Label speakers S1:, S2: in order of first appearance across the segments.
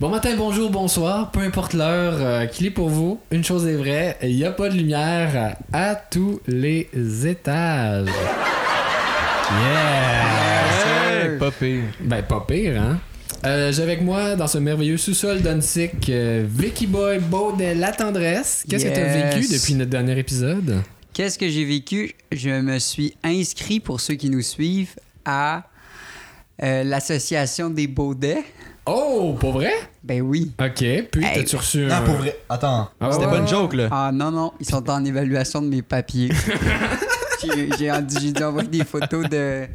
S1: Bon matin, bonjour, bonsoir, peu importe l'heure euh, qu'il est pour vous, une chose est vraie, il n'y a pas de lumière à tous les étages.
S2: Yeah!
S3: sir.
S2: Pas pire.
S1: Ben, pas pire, hein? Euh, J'ai avec moi, dans ce merveilleux sous-sol d'Unsick, euh, Vicky Boy Baudet La Tendresse. Qu'est-ce que t'as
S3: Yes.
S1: vécu depuis notre dernier épisode?
S3: Qu'est-ce que j'ai vécu? Je me suis inscrit, pour ceux qui nous suivent, à euh, l'association des Baudets.
S1: Oh, pour vrai?
S3: Ben oui.
S1: Ok, puis
S3: Hey.
S1: t'as-tu reçu un...
S4: Ah, pour vrai. Attends.
S1: Ah,
S2: C'était
S1: ouais.
S2: pas une joke, là.
S3: Ah non, non, ils sont en évaluation de mes papiers. J'ai- J'ai en- j'ai dû envoyer des photos de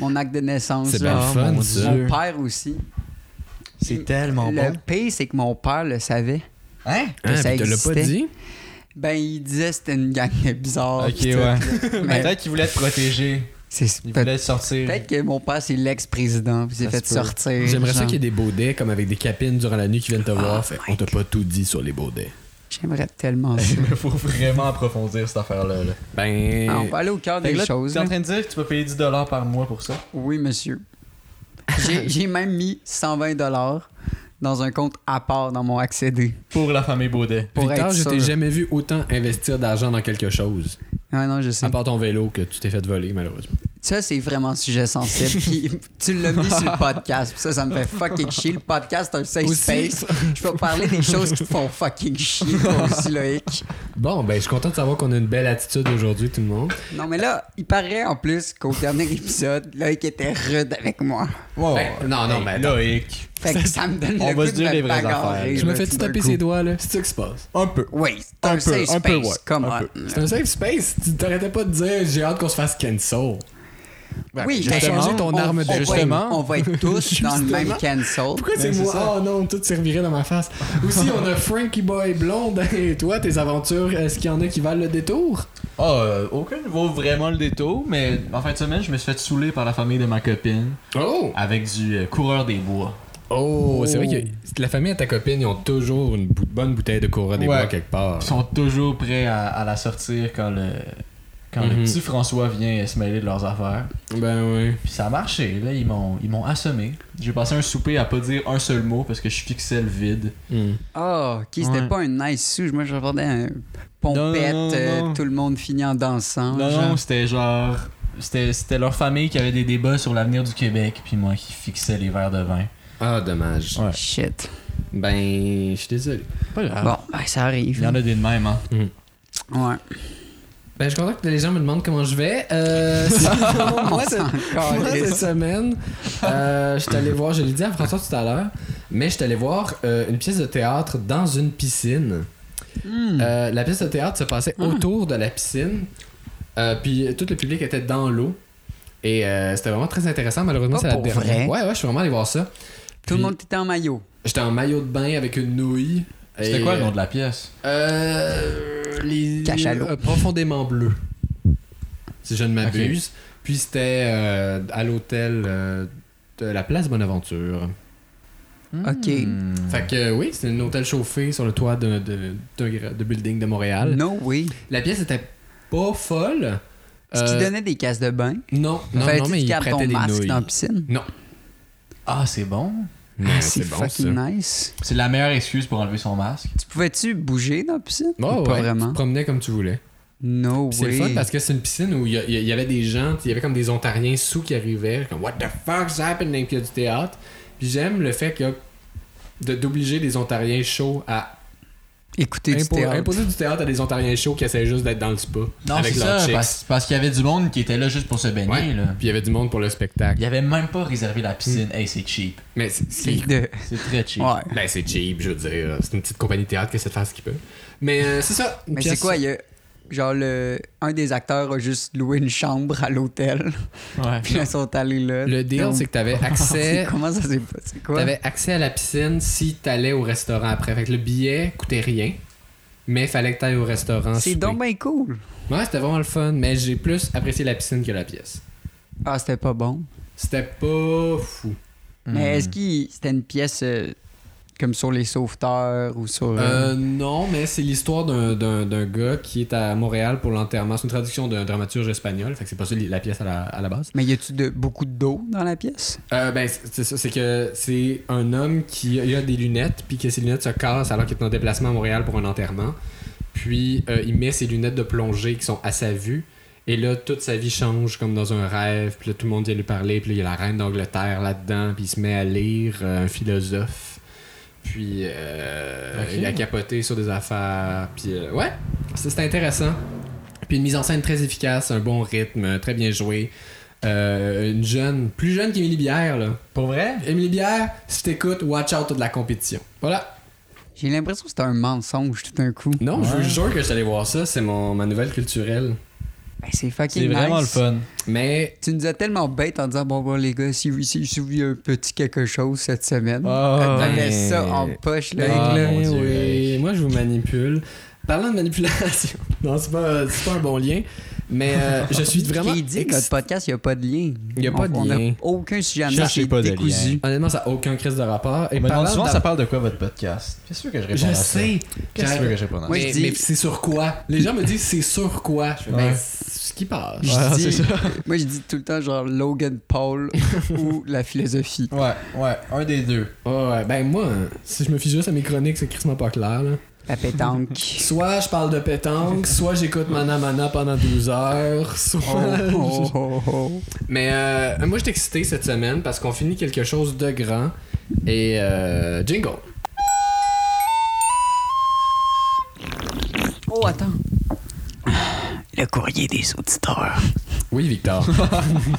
S3: mon acte de naissance.
S1: C'est
S3: là.
S1: bien le
S2: Ah,
S1: fun,
S2: mon
S1: ça.
S3: Mon père aussi.
S2: C'est tellement
S3: le
S2: bon.
S3: pire, c'est que mon père le savait.
S4: Hein?
S1: Hein,
S3: ça
S1: puis te l'as pas
S3: existait.
S1: dit?
S3: Ben, il disait que c'était une gang bizarre.
S2: Ok,
S3: pis tout,
S2: ouais.
S3: là. Oh, Mais
S2: Peut-être qu'il voulait te protéger.
S3: c'est-
S2: Il
S3: peut-
S2: voulait te sortir.
S3: peut-être que mon père, c'est l'ex-président, puis il s'est
S2: Ça
S3: fait
S2: se peut.
S3: sortir.
S1: J'aimerais ça
S3: genre. Ah,
S1: qu'il y ait des baudets comme avec des capines durant la nuit qui viennent te voir. Fait,
S3: my
S1: on t'a pas tout dit sur les baudets.
S3: J'aimerais tellement ça.
S2: Il faut vraiment approfondir cette affaire-là. là.
S1: Ben.
S3: Ah, on va aller au cœur
S2: Fait
S3: des
S2: que là,
S3: choses.
S2: T'es en
S3: là.
S2: train de dire que tu peux payer 10 par mois pour ça?
S3: Oui, monsieur. J'ai j'ai même mis 120 dollars dans un compte à part dans mon accédé.
S2: Pour la famille Baudet.
S3: Pour
S1: Victor,
S3: être
S1: je t'ai
S3: sûr.
S1: jamais vu autant investir d'argent dans quelque chose.
S3: Ah non, je sais.
S1: À part ton vélo que tu t'es fait voler, malheureusement.
S3: Ça, c'est vraiment un sujet sensible. Puis tu l'as mis sur le podcast. Puis ça, ça me fait fucking chier. Le podcast, c'est un safe
S1: Aussi.
S3: space. Je peux parler des choses qui te font fucking chier, toi aussi, Loïc.
S1: Bon, ben, je suis content de savoir qu'on a une belle attitude aujourd'hui, tout le monde.
S3: Non, mais là, il paraît en plus qu'au dernier épisode, Loïc était rude avec moi.
S2: Wow.
S1: Ben, non, non, ben, attends.
S2: Loïc.
S3: Fait que ça me donne
S2: On
S3: le
S2: va
S3: goût
S2: se
S3: de
S2: dire
S3: me
S2: les vraies
S3: bagarrer,
S2: affaires.
S3: là,
S1: Je me fais
S3: tout d'un
S1: taper
S3: coup.
S1: ses doigts, là. C'est ça qui se passe.
S2: Un peu.
S3: Oui, c'est un,
S2: Un peu,
S3: safe
S2: un
S3: space.
S2: peu, ouais,
S3: Come
S2: un
S3: on.
S2: peu.
S1: C'est un safe space. Tu t'arrêtais pas de dire j'ai hâte qu'on se fasse cancel.
S3: Oui,
S2: T'as
S3: ben,
S2: changé
S1: ton arme de-
S3: va être-
S2: Justement.
S3: on va être tous dans le même cancel.
S1: Pourquoi c'est
S2: Ben, c'est
S1: moi?
S2: ça.
S1: Oh non, tout s'est reviré dans ma face. Aussi, on a Frankie Boy Blonde et toi, tes aventures, est-ce qu'il y en a qui valent le détour?
S2: Ah, euh, aucun ne vaut vraiment le détour, mais en fin de semaine, je me suis fait saouler par la famille de ma copine
S1: Oh!
S2: avec du euh, coureur des bois.
S1: Oh, c'est vrai
S3: Oh.
S1: que la famille à ta copine, ils ont toujours une bou- bonne bouteille de Cora des
S2: Ouais.
S1: bois quelque part.
S2: Ils sont toujours prêts à, à la sortir quand le quand
S1: Mhm.
S2: le petit François vient se mêler de leurs affaires.
S1: Ben oui.
S2: Puis ça a marché, là, ils m'ont ils m'ont assommé. J'ai passé un souper à pas dire un seul mot parce que je fixais le vide.
S3: Ah, ok, c'était
S2: Ouais.
S3: pas un nice sou. Moi, je regardais un pompette,
S2: Non, non, non,
S3: euh,
S2: non.
S3: tout le monde finit en dansant.
S2: non,
S3: genre.
S2: non, c'était genre c'était c'était leur famille qui avait des débats sur l'avenir du Québec, puis moi qui fixais les verres de vin.
S1: Ah, Ah. dommage.
S2: Ouais.
S3: Shit.
S1: Ben, je suis désolé.
S2: Pas grave.
S3: Bon, ben, ça
S2: Il
S3: arrive.
S2: y en a des de même, hein.
S3: Ouais.
S1: Ben, je suis content que les gens me demandent comment je vais. Euh, sinon, moi, cette-
S3: Ah,
S1: moi, cette semaine, euh, je suis allé voir, je l'ai dit à François tout à l'heure, mais je suis allé voir euh, une pièce de théâtre dans une piscine.
S3: Hmm.
S1: Euh, la pièce de théâtre se passait
S3: Ah.
S1: autour de la piscine, euh, puis euh, tout le public était dans l'eau. Et euh, c'était vraiment très intéressant. Malheureusement,
S3: Pas
S1: c'est la
S3: Ah, pour
S1: dernière.
S3: vrai.
S1: Ouais, ouais, je suis vraiment allé voir ça.
S3: Tout le
S1: Puis-
S3: monde était en maillot.
S1: J'étais en maillot de bain avec une nouille.
S2: C'était
S1: Et,
S2: quoi le nom de la pièce?
S1: Euh, les
S3: Cachalot.
S1: euh, profondément bleu. Si je ne m'abuse. Puis c'était euh, à l'hôtel euh, de la place Bonaventure. Hmm.
S3: Ok.
S1: Fait que euh, oui, c'était un hôtel chauffé sur le toit d'un de, d'un gra- de building de Montréal.
S3: No way.
S1: La pièce était pas folle.
S3: Est-ce qu'ils
S1: Euh,
S3: donnaient des cases de bain?
S1: Non, non,
S3: Fallait-tu
S1: non,
S3: que
S1: mais
S3: tu
S1: il
S3: gardes ton
S1: prêtait des
S3: masque
S1: nouilles.
S3: dans la piscine?
S1: Non.
S2: Ah, c'est bon.
S1: Non,
S3: Ah, C'est fucking nice.
S2: C'est la meilleure excuse pour enlever son masque.
S3: Tu pouvais-tu bouger dans la piscine?
S1: Oh,
S3: Ou pas
S1: ouais, Tu
S3: vraiment.
S1: te promenais comme tu voulais.
S3: No
S1: Puis C'est le fun
S3: way.
S1: parce que c'est une piscine où il y, a- il y a- il y avait des gens, il y avait comme des Ontariens sous qui arrivaient, comme What the fuck's happening? Puis il y a du théâtre. Puis j'aime le fait qu'il y a de- d'obliger des Ontariens chauds à
S3: Écoutez du
S1: impo-
S3: théâtre.
S1: imposer du théâtre à des Ontariens chauds qui essaient juste d'être dans le spa
S2: Non, c'est
S1: avec leurs
S2: ça,
S1: chicks.
S2: parce, parce qu'il y avait du monde qui était là juste pour se baigner.
S1: Ouais.
S2: Là.
S1: Puis il y avait du monde pour le spectacle.
S2: Il avait même pas réservé la piscine. Hey, c'est cheap.
S1: Mais c'est-
S3: C'est
S1: c'est
S3: de...
S2: C'est très cheap.
S3: Ouais.
S1: ben, c'est cheap, je veux dire. C'est une petite compagnie de théâtre qui essaie de faire ce qu'il peut. Mais euh, c'est ça. une
S3: Mais c'est
S1: pièce-
S3: quoi, il y a... Genre, le... un des acteurs a juste loué une chambre à l'hôtel.
S2: Ouais.
S3: Puis là, ils sont allés là.
S1: Le deal,
S3: Donc,
S1: c'est que t'avais accès.
S3: c'est- Comment ça s'est passé? Quoi?
S1: T'avais accès à la piscine si t'allais au restaurant après. Fait que le billet coûtait rien, mais fallait que t'ailles au restaurant.
S3: C'est
S1: souper.
S3: donc bien cool.
S1: Ouais, c'était vraiment le fun, mais j'ai plus apprécié la piscine que la pièce.
S3: Ah, c'était pas bon.
S1: C'était pas fou.
S3: Mais est-ce que c'était une pièce euh, comme sur les sauveteurs ou sur.
S1: Euh, non, mais c'est l'histoire d'un- d'un d'un gars qui est à Montréal pour l'enterrement. C'est une traduction d'un dramaturge espagnol, fait que c'est pas ça li- la pièce à la, à la base.
S3: Mais y a-tu de, beaucoup d'eau dans la pièce?
S1: Euh, ben, c'est c'est ça, c'est que c'est un homme qui a, il a des lunettes, puis que ses lunettes se cassent alors qu'il est en déplacement à Montréal pour un enterrement. Puis euh, il met ses lunettes de plongée qui sont à sa vue. Et là, toute sa vie change comme dans un rêve. Puis là, tout le monde vient lui parler. Puis là, il y a la reine d'Angleterre là-dedans. Puis il se met à lire euh, un philosophe. Puis euh,
S5: Ok.
S1: il a capoté sur des affaires. Puis euh, ouais, c'est c'est intéressant. Puis une mise en scène très efficace, un bon rythme, très bien joué. Euh, une jeune, plus jeune qu'Émilie Bière, là.
S5: Pour vrai?
S1: Émilie Bière, si t'écoutes, watch out t'as de la compétition. Voilà.
S3: J'ai l'impression que c'est un mensonge tout d'un coup.
S1: Non, je vous
S5: Ouais.
S1: jure que je suis allé voir ça, c'est mon, ma nouvelle culturelle.
S3: Ben, c'est fucking
S5: C'est vraiment
S3: nice.
S5: le fun.
S1: Mais
S3: Tu nous as tellement bête en disant bon, bon les gars, si vous, si, si vous voyez un petit quelque chose cette semaine,
S5: Ah,
S3: t'avais
S1: ben-
S3: ça en poche là.
S1: Ben,
S5: Ah,
S1: là,
S5: mon Dieu,
S1: oui. Moi, je vous manipule. Parlant de manipulation, non, c'est pas, c'est pas un bon lien, mais euh, je suis vraiment.
S3: Qui dit que
S1: ex-
S3: notre podcast, il n'y a pas de lien.
S1: Y a pas de
S3: On- on a
S1: lien.
S3: aucun sujet à
S5: Cherchez
S3: me c'est
S5: pas de
S3: décousu.
S5: lien.
S1: Honnêtement, ça n'a aucun crise de rapport.
S5: On me
S1: Et
S5: demande
S1: parlant
S5: souvent,
S1: d'a-
S5: ça parle de quoi votre podcast? Bien sûr que je réponds
S1: Je
S5: à ça.
S1: sais.
S5: Qu'est-ce que tu veux que je réponde à
S3: Moi,
S1: mais,
S3: je dis-
S1: mais c'est sur quoi Les gens me disent c'est sur quoi Je fais, ben,
S5: Ouais.
S1: c'est ce qui passe.
S3: Je
S5: Ouais,
S3: dis-
S5: Ah, c'est
S3: Moi, je dis tout le temps genre Logan Paul ou la philosophie.
S5: ça? Ouais, ouais, un des deux.
S1: Ouais, ouais, ben moi, si je me fie juste à mes chroniques, c'est crissement pas clair. Là.
S3: La pétanque.
S1: Soit je parle de pétanque, soit j'écoute Mana Mana pendant 12 heures, soit...
S3: Oh, oh, oh, oh.
S1: Mais euh, moi, j'étais excité cette semaine parce qu'on finit quelque chose de grand. Et euh, jingle.
S3: Oh, attends. Le courrier des auditeurs.
S1: Oui, Victor.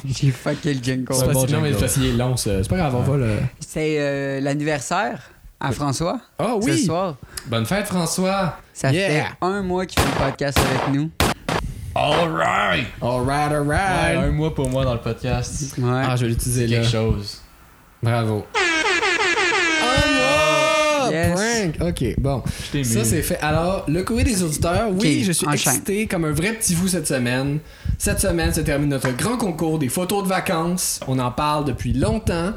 S3: J'ai fucké le jingle.
S1: c'est pas
S5: bon
S1: si- non, mais
S5: jingle.
S1: parce qu'il est long, ça. c'est pas grave, on va le...
S3: C'est euh, l'anniversaire à François
S1: Ah
S3: ce
S1: oui!
S3: soir.
S1: Bonne fête, François!
S3: Ça
S1: Yeah.
S3: fait un mois qu'il fait le podcast avec nous.
S5: Alright!
S1: Alright,
S5: Ouais,
S1: alright!
S5: un mois pour moi dans le podcast.
S3: Ouais.
S1: Ah, je vais l'utiliser là.
S5: Quelque chose.
S1: Bravo.
S3: Yes.
S1: Prank! Ok, bon.
S5: Je t'ai
S1: Ça,
S5: mis.
S1: c'est fait. Alors, le courrier des auditeurs, oui,
S3: Ok,
S1: je suis
S3: enchaîne.
S1: excité comme un vrai petit fou cette semaine. Cette semaine se termine notre grand concours des photos de vacances. On en parle depuis longtemps.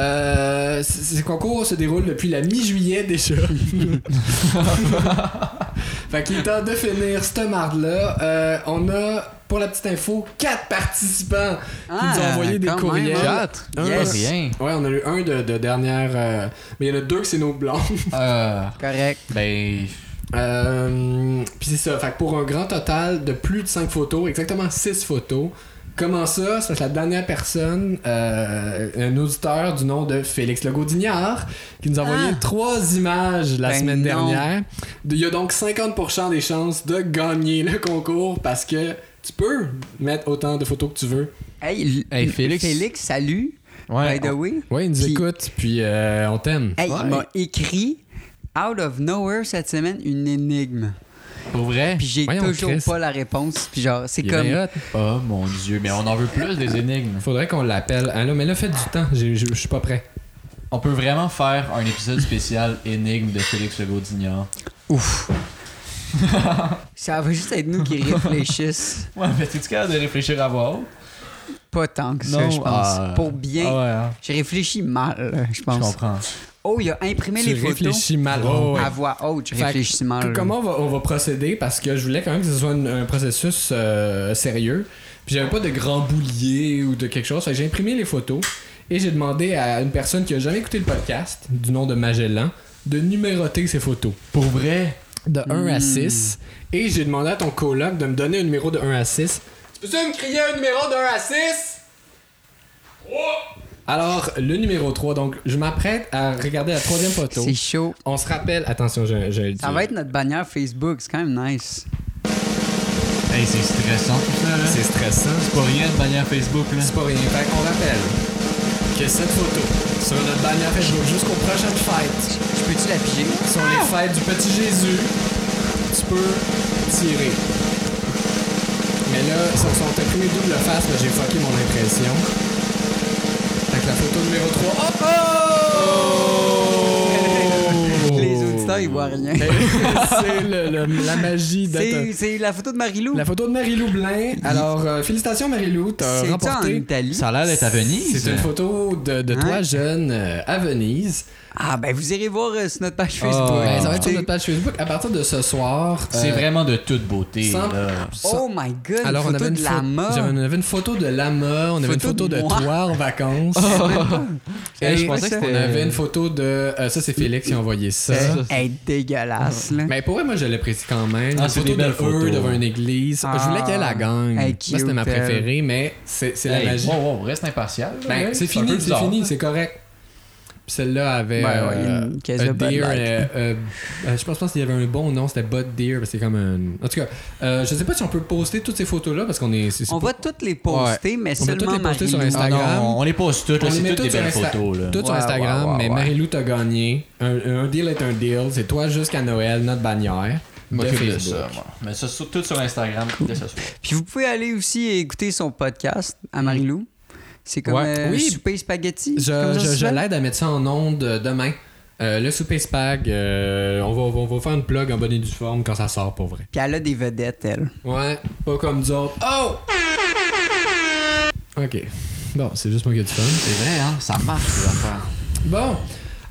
S1: Euh, c- ce concours se déroule depuis la mi-juillet déjà. fait qu'il est temps de finir cette marde-là. Euh, on a, pour la petite info, quatre participants qui nous ont
S3: Ah,
S1: envoyé des
S3: quand même,
S1: courriels.
S3: hein.
S5: Quatre?
S1: Un-
S3: Yes.
S5: Rien.
S1: Ouais, on a eu un de, de dernière. euh, mais il y en a deux que c'est nos blondes.
S5: Euh,
S3: Correct.
S5: ben,
S1: Euh, Puis c'est ça, fait que pour un grand total de plus de 5 photos, exactement 6 photos. Comment ça? C'est parce que la dernière personne, euh, un auditeur du nom de Félix Legaudignard, qui nous a envoyé
S3: Ah.
S1: trois images la
S3: Ben
S1: semaine
S3: non.
S1: dernière. Il y a donc 50% des chances de gagner le concours parce que tu peux mettre autant de photos que tu veux.
S3: Hey, l-
S5: Hey, Félix.
S3: Félix, salut.
S5: ouais.
S3: By the way.
S1: Oui, il
S3: Puis-
S1: écoute, puis euh, on t'aime.
S3: Hey,
S5: Ouais.
S3: il m'a écrit out of nowhere cette semaine une énigme.
S5: Pour vrai?
S3: Puis j'ai
S1: Voyons,
S3: toujours
S1: Chris.
S3: pas la réponse. Puis genre, c'est comme.
S5: Oh mon dieu, mais on en veut plus des énigmes.
S1: Faudrait qu'on l'appelle. Ah là, mais là, faites du temps, J'ai- je je suis pas prêt.
S5: On peut vraiment faire un épisode spécial énigme de Félix Legault d'Ignor.
S3: Ouf. Ça va juste être nous qui réfléchissent.
S5: Ouais, mais t'es-tu capable de réfléchir à voix haute?
S3: Pas tant que ça,
S5: Non,
S3: je pense.
S5: ah.
S3: Pour bien.
S5: Ah ouais, hein?
S3: J'ai réfléchi mal, je
S5: je
S3: pense.
S5: comprends.
S3: oh, il a imprimé
S1: tu
S3: les photos
S1: réfléchis mal. Oh, ouais.
S3: à voix haute. Je
S1: Fait que-
S3: réfléchis mal.
S1: Que- Comment on va, on va procéder parce que je voulais quand même que ce soit un, un processus euh, sérieux. Puis j'avais pas de grand boulier ou de quelque chose. Fait que J'ai imprimé les photos et j'ai demandé à une personne qui a jamais écouté le podcast, du nom de Magellan, de numéroter ses photos
S5: Pour vrai? Hmm.
S1: de 1 à 6. Et j'ai demandé à ton coloc de me donner un numéro de 1 à 6. Tu peux-tu me crier un numéro de 1 à 6 Alors, le numéro 3, donc je m'apprête à regarder la troisième photo.
S3: C'est chaud.
S1: On se rappelle, attention, je, je le dis.
S3: Ça va être notre bannière Facebook. C'est quand même nice.
S5: Hey, c'est stressant tout ça, là.
S1: C'est stressant.
S5: C'est pas rien de bannière Facebook, là.
S1: C'est pas rien. Fait qu'on rappelle que cette photo sur notre bannière Facebook jusqu'aux prochaines fêtes
S3: Je peux-tu la piger?
S1: qui sont
S3: Ah!
S1: les fêtes du petit Jésus, tu peux tirer. Mais là, ils sont sont imprimés double face, là, j'ai fucké mon impression. Fait que la photo numéro 3. Hop! Oh!
S3: Les auditeurs longtemps, il voit rien.
S1: c'est le- le- la magie
S3: C'est
S1: d'être. euh,
S3: c'est la photo de Marie-Lou.
S1: La photo euh, de Marie-Lou Blin. Alors, euh, félicitations Marie-Lou, t'as
S3: C'est ça, en
S1: remporté.
S3: Italie.
S2: Ça a l'air d'être à Ah, Venise.
S1: C'est une photo de, de toi
S3: Hein?
S1: jeune euh, à Venise.
S3: Ah, ben vous irez voir euh, sur notre page
S2: Oh.
S3: Facebook.
S1: Ben, ça va être sur
S3: Écoutez,
S1: notre page Facebook à partir de ce soir.
S5: C'est
S1: euh,
S5: vraiment de toute beauté.
S1: sans-
S5: là.
S1: sans-
S3: Oh my god,
S1: Alors,
S3: une
S1: on
S3: photo
S1: avait une,
S3: de
S1: pho-
S3: la mort.
S1: j'avais- on avait une photo de lama, on avait une
S3: Photo
S1: photo
S3: de
S1: de,
S3: moi.
S1: toi en vacances.
S2: Eh, je
S1: Et
S2: pensais que
S1: on
S2: c'était-
S1: avait une photo de. euh, ça, c'est Félix qui a envoyé ça.
S2: Euh,
S3: Elle est Eh, dégueulasse, là.
S1: Mais pour vrai, moi, je l'apprécie quand même.
S5: Ah,
S1: une
S5: c'est
S1: photo
S5: des belles
S1: de eux
S5: photos.
S1: devant une église.
S3: Ah.
S1: je voulais qu'elle la gagne.
S3: Hey,
S1: Moi,
S3: cute,
S1: c'était ma
S3: elle.
S1: préférée, mais c'est c'est
S5: Hey,
S1: la magie.
S5: Wow, wow, reste impartial. là,
S1: Ben,
S5: ouais.
S1: c'est
S5: un peu
S1: fini, c'est
S5: bizarre.
S1: fini, c'est correct. Puis Celle-là avait
S3: Ben ouais,
S1: euh,
S3: une caisse
S1: a
S3: de Bud
S1: deer,
S3: Light.
S1: euh, euh, euh, je pense, je pense qu'il y avait un bon nom, c'était Bud Deer, parce que c'est comme un. En tout cas, euh, je sais pas si on peut poster toutes ces photos-là parce qu'on est. c'est- c'est
S3: On
S1: pas-
S3: va toutes les poster, mais
S1: On va toutes
S3: seulement
S1: les poster sur
S3: Marie-Lou.
S1: Insta- Instagram.
S2: Ah non, on les pose toutes,
S1: On
S2: là,
S1: les
S2: c'est
S1: met
S2: toutes des
S1: sur
S2: belles
S1: Insta-
S2: photos. Là.
S1: Toutes sur
S3: Ouais,
S1: Instagram,
S3: ouais, ouais,
S1: mais
S3: ouais.
S1: Marie-Lou t'a gagné. Un, un deal est un deal. C'est toi jusqu'à Noël, notre bannière.
S5: Je
S1: de
S5: m'occupe de
S1: Facebook.
S5: ça, moi. Mais ça, sur- tout sur Instagram, dès ce soir.
S3: Puis vous pouvez aller aussi écouter son podcast à Marie-Lou. C'est comme
S1: Mm. Ouais.
S3: euh,
S1: Oui.
S3: souper spaghetti.
S1: Je,
S3: comme ça,
S1: je-
S3: ça
S1: je
S3: s'appelle?
S1: l'aide à mettre ça en onde euh, demain. Euh, le souper spag, euh, on, va, on va faire une plug en bonne et due forme quand ça sort pour vrai.
S3: Puis elle a des vedettes, elle.
S1: Ouais, pas comme nous autres. Oh! Ok. Bon, c'est juste moi qui ai du fun.
S2: C'est vrai, hein, ça marche ces affaires.
S1: Bon.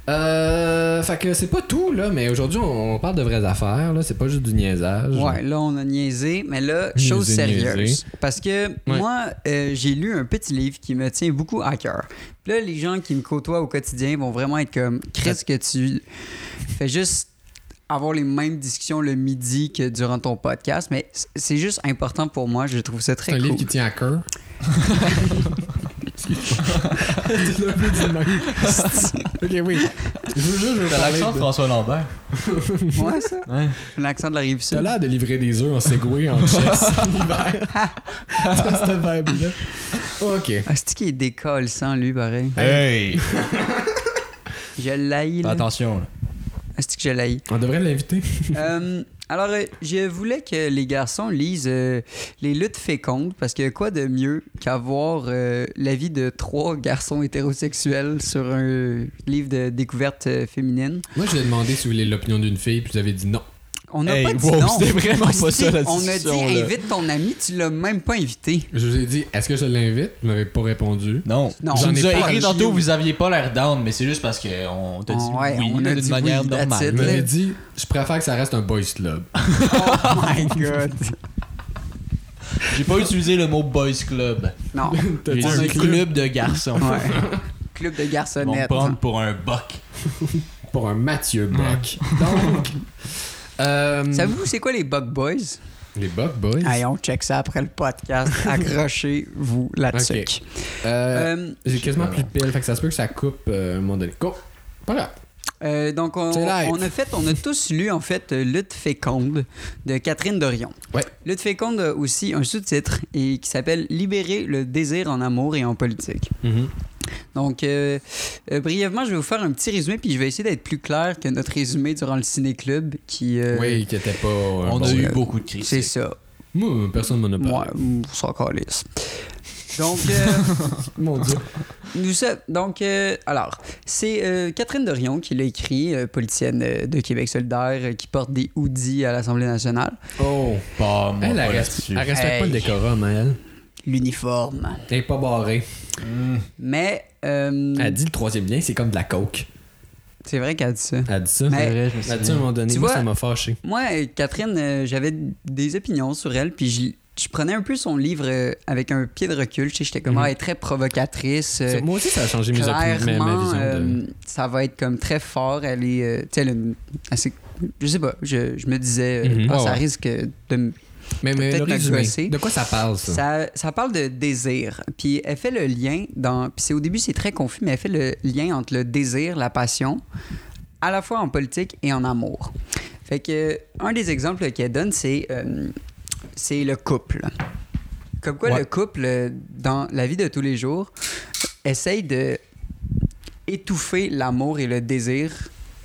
S1: Euh, fait que c'est pas tout, là, mais aujourd'hui, on, on parle de vraies affaires, là. C'est pas juste du niaisage.
S3: Ouais, là, on a niaisé, mais là,
S1: Niaisé,
S3: chose sérieuse.
S1: niaisé.
S3: Parce que moi, euh, j'ai lu un petit livre qui me tient beaucoup à cœur. Puis là, les gens qui me côtoient au quotidien vont vraiment être comme Qu'est-ce que tu fais juste avoir les mêmes discussions le midi que durant ton podcast, mais c- c'est juste important pour moi. Je trouve ça
S1: C'est un
S3: très cool.
S1: livre qui tient à cœur. Tu l'as plus dit de même. ok, oui. Je veux juste, je veux
S5: T'as
S1: parler
S5: l'accent de
S1: de-
S5: François Lambert. hein?
S3: Ouais, ça.
S5: Ouais.
S3: L'accent de la rive
S1: T'as
S3: sud.
S1: l'air de livrer des œufs en segway en chess l'hiver. T'as cette vibe-là. Ok.
S3: Ah, c'est qui est décolle sans lui, pareil.
S5: Hey!
S3: Je l'haïs, là.
S2: Attention. là.
S3: Ah, c'est que je l'haïs.
S1: On devrait l'inviter.
S3: Euh, alors, euh, je voulais que les garçons lisent euh, Les luttes fécondes, parce que quoi de mieux qu'avoir euh, l'avis de trois garçons hétérosexuels sur un euh, livre de découverte euh, féminine?
S1: Moi, je lui ai demandé si vous voulez l'opinion d'une fille, puis vous avez dit non.
S3: On n'a
S2: Hey,
S3: pas dit
S2: wow,
S3: non.
S2: c'était vraiment
S3: On a
S2: pas
S3: dit-
S2: ça, la
S3: On a dit
S2: discussion, là.
S3: invite ton ami, tu l'as même pas invité.
S1: Je vous ai dit, est-ce que je l'invite Vous m'avez pas répondu.
S5: Non.
S3: Non,
S5: J'en
S3: on
S5: ai
S3: est pas
S5: écrit
S3: dans
S5: tantôt,
S3: le-
S5: vous aviez pas l'air down, mais c'est juste parce qu'on t'a dit
S1: Oh,
S3: Ah ouais,
S5: oui
S3: on a
S5: d'une
S3: dit
S5: manière
S3: oui, that's
S5: normale.
S1: Vous m'avez
S3: Le-
S1: dit, je préfère que ça reste un boys club.
S3: Oh my god.
S5: J'ai pas utilisé le mot boys club.
S3: Non.
S1: T'as
S5: J'ai dit
S1: dit un
S5: club.
S1: club
S5: de garçons.
S3: Ouais. Club de
S5: Ils vont me
S3: garçonnettes.
S5: prendre pour un buck.
S1: pour un Mathieu Buck. Donc. euh,
S3: Savez-vous, c'est quoi les Bug Boys?
S1: Les Buck Boys.
S3: Allez, on check ça après le podcast. Accrochez-vous là-dessus.
S1: Ok. Euh,
S3: Euh,
S1: J'ai quasiment
S5: je-
S1: plus de piles, fait que ça se peut que ça coupe euh, à un moment donné. Go! Pas grave.
S3: Euh, donc, on,
S1: C'est live.
S3: on a fait, on a tous lu, en fait, euh, Lutte féconde de Catherine Dorion.
S1: Ouais.
S3: Lutte féconde a aussi un sous-titre et qui s'appelle Libérer le désir en amour et en politique.
S5: Mm-hmm.
S3: Donc, euh, euh, brièvement, je vais vous faire un petit résumé, puis je vais essayer d'être plus clair que notre résumé durant le ciné-club qui. euh,
S1: Oui, qui était pas. euh,
S5: On
S1: bon.
S5: a eu beaucoup de critiques.
S3: C'est ça.
S1: Moi, personne m'en a parlé.
S3: Moi, on s'en calisse. Donc, euh,
S1: Mon dieu.
S3: Nous sommes- donc, euh, alors, c'est euh, Catherine Dorion qui l'a écrit, euh, politicienne euh, de Québec solidaire, euh, qui porte des hoodies à l'Assemblée nationale.
S1: Oh.
S5: Pas moi,
S1: Elle, elle,
S5: pas
S1: res-
S5: là-dessus.
S1: elle respecte pas
S3: Hey.
S1: le décorum, hein, elle.
S3: L'uniforme.
S1: Elle est pas barrée.
S3: Mais, euh,
S1: Elle dit le troisième lien, c'est comme de la coke.
S3: c'est vrai qu'elle dit ça.
S1: Elle dit ça.
S3: Mais-
S5: C'est vrai, je me
S1: Elle
S5: suis
S1: dit ça à un
S5: dit.
S1: moment donné.
S3: Tu
S1: Moi,
S3: vois-
S1: ça m'a fâché.
S3: Moi, euh, Catherine, euh, j'avais des opinions sur elle, puis je, je prenais un peu son livre euh, avec un pied de recul. Tu sais, J'étais comme,
S1: Mhm.
S3: ah, elle est très provocatrice. euh,
S1: Moi aussi, ça a changé mes opinions, ma- ma
S3: clairement,
S1: vision. de-
S3: euh, ça va être comme très fort. Elle est, euh, tu sais, elle a une- assez- je sais pas, je, je me disais, euh,
S1: Mhm.
S3: ah,
S1: Ouais,
S3: ça
S1: ouais.
S3: risque de me
S1: Mais, mais le
S3: peut-être me
S1: résumé,
S3: gosser.
S1: de quoi ça parle, ça?
S3: Ça, ça parle de désir. Puis elle fait le lien dans. Puis c'est, au début, c'est très confus, mais elle fait le lien entre le désir, la passion, à la fois en politique et en amour. Fait que un des exemples qu'elle donne, c'est, euh, c'est le couple. Comme quoi,
S1: Ouais.
S3: le couple, euh, dans la vie de tous les jours, essaye de étouffer l'amour et le désir.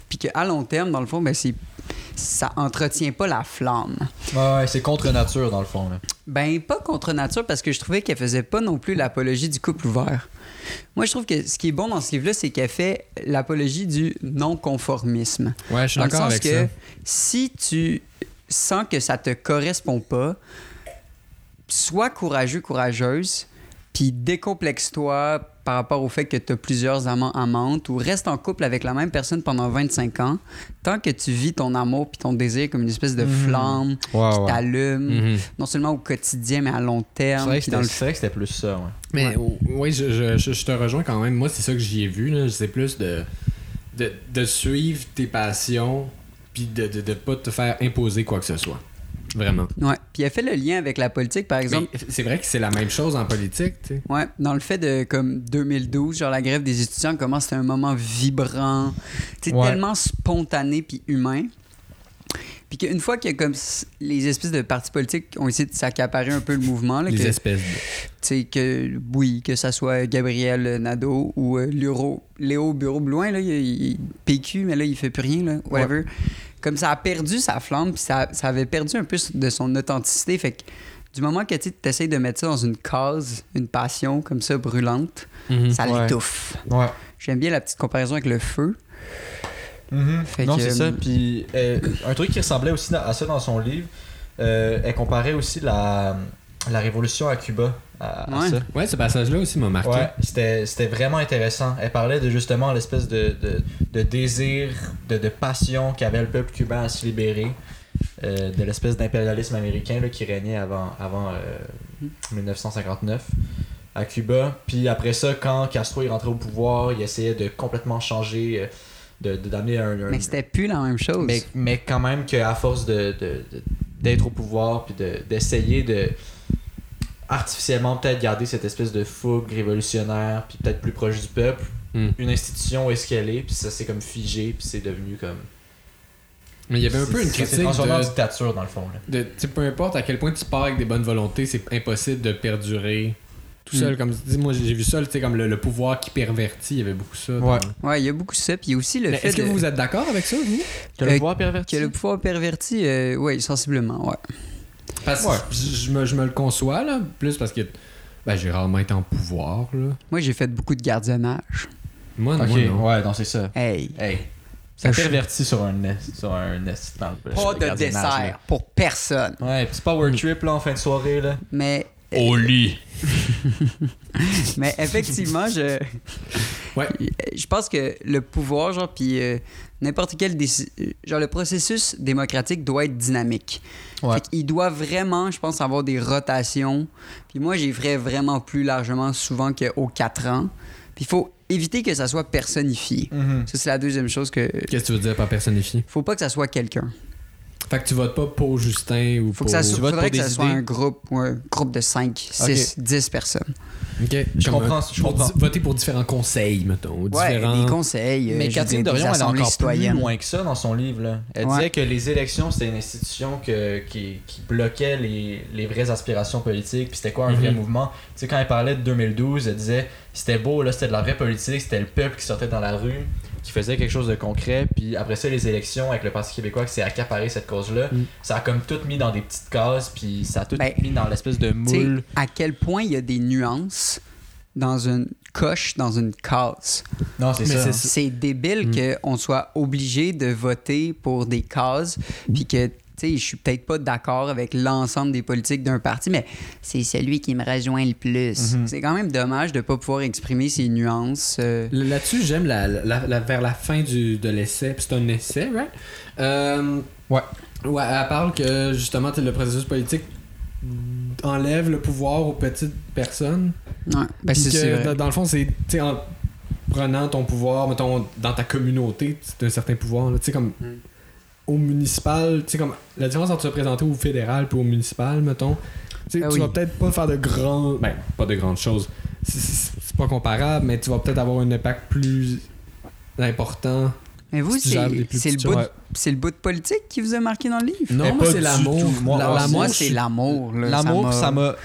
S3: Puis qu'à long terme, dans le fond, ben, c'est, ça entretient pas la flamme.
S5: Ouais, ouais, c'est contre nature dans le fond. là.
S3: Ben, pas contre nature, parce que je trouvais qu'elle faisait pas non plus l'apologie du couple ouvert. Moi, je trouve que ce qui est bon dans ce livre-là, c'est qu'elle fait l'apologie du non-conformisme.
S1: Ouais, je suis
S3: Dans le
S1: d'accord
S3: sens
S1: avec
S3: que
S1: ça.
S3: si tu sens que ça te correspond pas, sois courageux, courageuse, puis décomplexe-toi par rapport au fait que tu as plusieurs amants, amantes, ou reste en couple avec la même personne pendant 25 ans, tant que tu vis ton amour puis ton désir comme une espèce de
S1: Hmm.
S3: flamme
S1: Ouais,
S3: qui
S1: Ah ouais.
S3: t'allume,
S1: Mhm.
S3: non seulement au quotidien, mais à long
S2: C'est
S3: terme.
S2: vrai que
S3: puis dans
S2: c'était-
S3: le...
S2: c'est vrai que c'était plus ça, ouais.
S1: Mais euh, oui, je, je- je- je te rejoins quand même. Moi, c'est ça que j'y ai vu. là. C'est plus de, de, de suivre tes passions puis de ne de, de pas te faire imposer quoi que ce soit. Vraiment.
S3: Ouais. Puis elle fait le lien avec la politique, par exemple.
S1: Mais c'est vrai que c'est la même chose en politique. tu sais.
S3: Ouais, dans le fait de comme 2012, genre la grève des étudiants, comment c'était un moment vibrant, tu sais,
S5: Ouais.
S3: tellement spontané puis humain. Puis qu'une fois que comme s- les espèces de partis politiques ont essayé de s'accaparer un peu le mouvement, là, que,
S1: Les
S3: tu
S1: espèces. de-
S3: sais, que oui, que ça soit Gabriel Nadeau ou euh, Luro- Léo Bureau Blouin, là, il, il- PQ, mais là il fait plus rien, là, whatever. Comme ça a perdu sa flamme, puis ça, ça avait perdu un peu de son authenticité, fait que du moment que tu essayes de mettre ça dans une cause, une passion comme ça brûlante,
S1: Hum.
S3: ça
S5: Ouais.
S3: l'étouffe.
S5: Ouais.
S3: J'aime bien la petite comparaison avec le feu. Fait
S2: non,
S3: que,
S2: c'est ça.
S3: euh,
S2: Puis euh, un truc qui ressemblait aussi na- à ça dans son livre, euh, elle comparait aussi la, la révolution à Cuba à, à
S3: Ouais.
S2: ça.
S1: Ouais, ce passage-là aussi m'a marqué.
S2: Ouais, c'était c'était vraiment intéressant. Elle parlait de justement l'espèce de, de, de désir, de, de passion qu'avait le peuple cubain à se libérer euh, de l'espèce d'impérialisme américain là, qui régnait avant, avant euh, 1959 à Cuba. Puis après ça, quand Castro est rentré au pouvoir, il essayait de complètement changer, euh, de- de- d'amener un,
S1: Euh,
S2: un-
S3: Mais c'était plus la même chose.
S2: mais, mais quand même qu'à force de, de- de- d'être au pouvoir puis de- d'essayer de artificiellement peut-être garder cette espèce de fougue révolutionnaire puis peut-être plus proche du peuple
S1: Mm.
S2: une institution où est-ce qu'elle est puis ça c'est comme figé puis c'est devenu comme
S1: Mais il y avait un peu une
S2: c'est
S1: critique
S2: transformé en
S1: de,
S2: dictature dans le fond là.
S1: de- tu sais, peu importe à quel point tu pars avec des bonnes volontés, c'est impossible de perdurer
S2: Mm.
S1: tout seul. Comme tu dis, moi j'ai vu ça, tu sais, comme le, le pouvoir qui pervertit, il y avait beaucoup ça. dans-
S5: Ouais.
S3: Ouais, il y a beaucoup de ça. Puis il y a aussi le
S1: Mais
S3: fait
S1: Est-ce que
S3: de-
S1: vous êtes d'accord avec ça, vous
S5: Que
S3: Euh,
S5: le pouvoir perverti.
S3: que le pouvoir perverti, euh, oui, sensiblement, ouais.
S1: Parce que
S2: Ouais.
S1: je je me, je me le conçois, là, plus parce que ben, j'ai rarement été en pouvoir, là.
S3: Moi, j'ai fait beaucoup de gardiennage.
S1: Moi,
S2: ok
S1: moi, non.
S2: ouais donc c'est ça
S3: Hey,
S2: hey
S3: Ça
S2: ça
S3: ch-
S2: pervertit sur un nest sur un nest dans le
S3: pas
S2: sur le
S3: de
S2: gardiennage,
S3: dessert pour personne.
S2: là. ouais petit power trip là en fin de soirée là
S3: Mais,
S5: Au lit.
S3: mais effectivement, je...
S1: Ouais.
S3: je pense que le pouvoir, genre, puis euh, n'importe quel... déci- euh, Genre, le processus démocratique doit être dynamique.
S2: Ouais.
S3: Fait qu'il doit vraiment, je pense, avoir des rotations. Puis moi, j'y ferais vraiment plus largement souvent qu'aux 4 ans. Puis il faut éviter que ça soit personnifié.
S2: Mm.
S3: Ça, c'est la deuxième chose que...
S1: Qu'est-ce que tu veux dire par personnifié
S3: Faut pas que ça soit quelqu'un.
S1: Fait que tu votes pas pour Justin ou
S3: Faut
S1: pour.
S3: que ça,
S2: Tu
S3: soit-
S2: votes
S3: faudrait
S2: pour
S3: que ça
S2: des
S3: soit
S2: idées?
S3: un groupe, ou un groupe de 5, 6, 10 personnes.
S1: Ok.
S2: je
S1: Comme
S2: comprends
S1: un-
S2: je
S1: pour
S2: comprends
S1: di- voter pour différents conseils, mettons. ou
S3: Ouais,
S1: différents...
S3: des conseils. euh,
S2: Mais
S3: je
S2: Catherine
S3: veux dire, des
S2: Dorion, elle est
S3: assemblées
S2: encore plus
S3: citoyennes.
S2: loin que ça dans son livre. Là. Elle
S3: Ouais.
S2: disait que les élections, c'était une institution que, qui, qui bloquait les, les vraies aspirations politiques. Puis c'était quoi un vrai
S1: Mhm.
S2: mouvement Tu sais, quand elle parlait de 2012, elle disait c'était beau, là, c'était de la vraie politique, c'était le peuple qui sortait dans la rue, qui faisait quelque chose de concret. Puis après ça, les élections avec le Parti québécois qui s'est accaparé cette cause-là, ça a comme tout mis dans des petites cases, puis ça a tout
S3: Mm. Ben,
S2: mis dans l'espèce de
S3: Tu sais,
S2: moule.
S3: à quel point il y a des nuances dans une coche, dans une case.
S2: Non, c'est ça. hein.
S3: C'est débile qu'on soit obligé de voter pour des cases, puis que, tu sais, je suis peut-être pas d'accord avec l'ensemble des politiques d'un parti, mais c'est celui qui me rejoint le plus. C'est quand même dommage de pas pouvoir exprimer ces nuances. euh,
S1: L- Là-dessus, j'aime la, la- la- vers la fin du, de l'essai. puis C'est un essai, right? Euh,
S5: Ouais.
S1: Ouais, elle parle que justement, t'sais, le processus politique enlève le pouvoir aux petites personnes.
S3: ouais, ben
S1: Puis
S3: c'est
S1: que,
S3: c'est vrai.
S1: dans, dans le fond, c'est t'sais, en prenant ton pouvoir, mettons, dans ta communauté, c'est un certain pouvoir. là, Tu sais, comme au municipal, tu sais, comme la différence entre se présenter au fédéral puis au municipal, mettons, tu sais,
S3: Ah
S1: tu
S3: oui.
S1: vas peut-être pas faire de grands. Ben, pas de grandes choses. C'est- C'est c'est pas comparable, mais tu vas peut-être avoir un impact plus important.
S3: Mais vous,
S1: si tu gères
S3: c'est
S1: les plus
S3: c'est le,
S1: petits,
S3: bout de-
S1: ouais.
S3: c'est le bout de politique qui vous a marqué dans le livre?
S1: Non, moi,
S2: pas
S1: c'est
S2: du
S1: l'amour.
S2: tout. Moi,
S1: La-
S2: moi,
S1: L'amour,
S3: Bah, Moi, c'est l'amour. là,
S2: L'amour, ça
S3: m'a-
S2: m'a.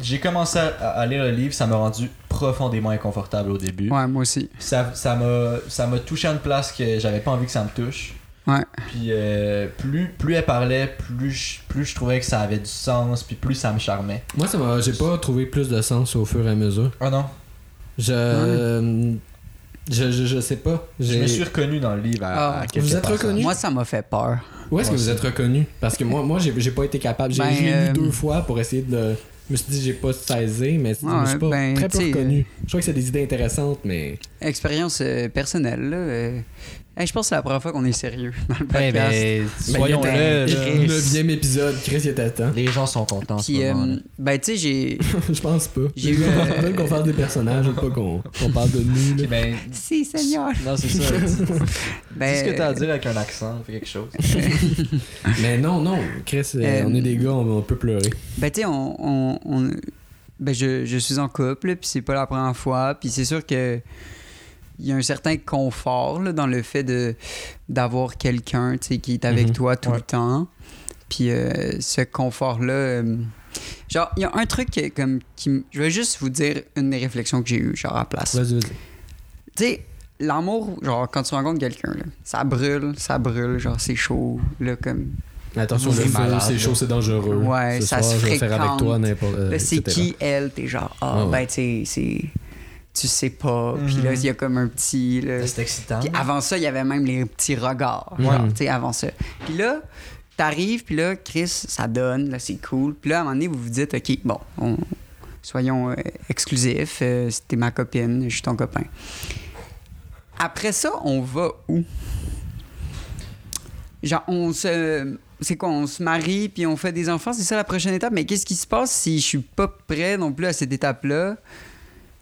S2: J'ai commencé à, à lire le livre, ça m'a rendu profondément inconfortable au début.
S3: Ouais, moi aussi.
S2: Ça ça m'a ça m'a touché à une place que j'avais pas envie que ça me touche.
S3: Ouais.
S2: Puis euh, plus, plus elle parlait, plus je, plus je trouvais que ça avait du sens, puis plus ça me charmait.
S1: Moi, ça m'a- j'ai pas trouvé plus de sens au fur et à mesure.
S2: Ah non,
S1: Je. Je, je, je sais pas.
S2: je
S1: J'ai-
S2: me suis reconnu dans le livre à,
S3: Ah.
S2: à quelques
S1: Vous êtes
S2: personnes.
S1: reconnu?
S3: Moi, ça m'a fait peur.
S1: Où est-ce que vous êtes reconnu Parce que moi, moi j'ai j'ai pas été capable. J'ai
S3: Ben,
S1: j'ai lu
S3: euh,
S1: deux fois pour essayer de le. Je me suis dit, j'ai pas saisi, mais c'est- je me suis
S3: Ouais,
S1: pas
S3: ben,
S1: très peu
S3: t'sais,
S1: reconnu. Je crois que c'est des idées intéressantes, mais.
S3: Expérience euh, personnelle, là. euh, hey, je pense que c'est la première fois qu'on est sérieux dans
S2: Eh
S3: le
S5: Ouais,
S3: podcast.
S5: ben, soyons
S2: Euh,
S3: Ben,
S5: le.
S3: Chris.
S1: Neuvième épisode, Chris il était à temps.
S2: Les gens sont contents. en ce
S3: Puis, euh,
S2: moment, là.
S3: ben, tu sais, j'ai.
S1: je pense pas.
S3: J'ai eu, euh,
S1: On veut qu'on fasse des personnages, ou pas qu'on qu'on parle de nous. là.
S2: Ben,
S3: si, Seigneur.
S2: non, c'est ça. Dis
S3: Ben,
S2: ce que t'as à dire avec un accent, fais quelque chose.
S1: Mais non, non, Chris, euh,
S3: Euh,
S1: on est des gars, on, on peut pleurer.
S3: Ben, tu sais, on. on- on- ben, je, je suis en couple, puis c'est pas la première fois. Puis c'est sûr que. Il y a un certain confort là, dans le fait de d'avoir quelqu'un tu sais, qui est avec
S1: Mhm.
S3: toi tout
S1: Ouais.
S3: le temps. Puis euh, ce confort-là. euh, genre, il y a un truc que- comme, qui. m- Je vais juste vous dire une des réflexions que j'ai eues, genre à la place.
S1: Vas-y, vas-y.
S3: tu sais, l'amour, genre, quand tu rencontres quelqu'un, là, ça brûle, ça brûle, genre, c'est chaud, là, comme,
S1: Attention,
S3: Vous
S1: le
S3: êtes
S1: feu,
S3: malade,
S1: c'est
S3: là.
S1: chaud, c'est dangereux.
S3: Ouais,
S1: Ce
S3: ça
S1: soir,
S3: se
S1: je vais faire avec
S3: fréquente.
S1: toi n'importe. euh,
S3: là, c'est
S1: etc.
S3: qui, elle, t'es genre, ah,
S1: Ouais, ouais.
S3: ben, tu sais, c'est, tu sais pas,
S2: Mhm.
S3: puis là, il y a comme un petit, là,
S2: C'est excitant.
S3: puis avant ça, il y avait même les petits regards,
S1: Ouais.
S3: genre, tu sais, avant ça. Puis là, t'arrives, puis là, Chris, ça donne, là, c'est cool, puis là, à un moment donné, vous vous dites, OK, bon, on- soyons euh, exclusifs, euh, t'es ma copine, je suis ton copain. Après ça, on va où? Genre, on se. C'est quoi, on se marie puis on fait des enfants, c'est ça la prochaine étape. Mais qu'est-ce qui se passe si je suis pas prêt non plus à cette étape-là?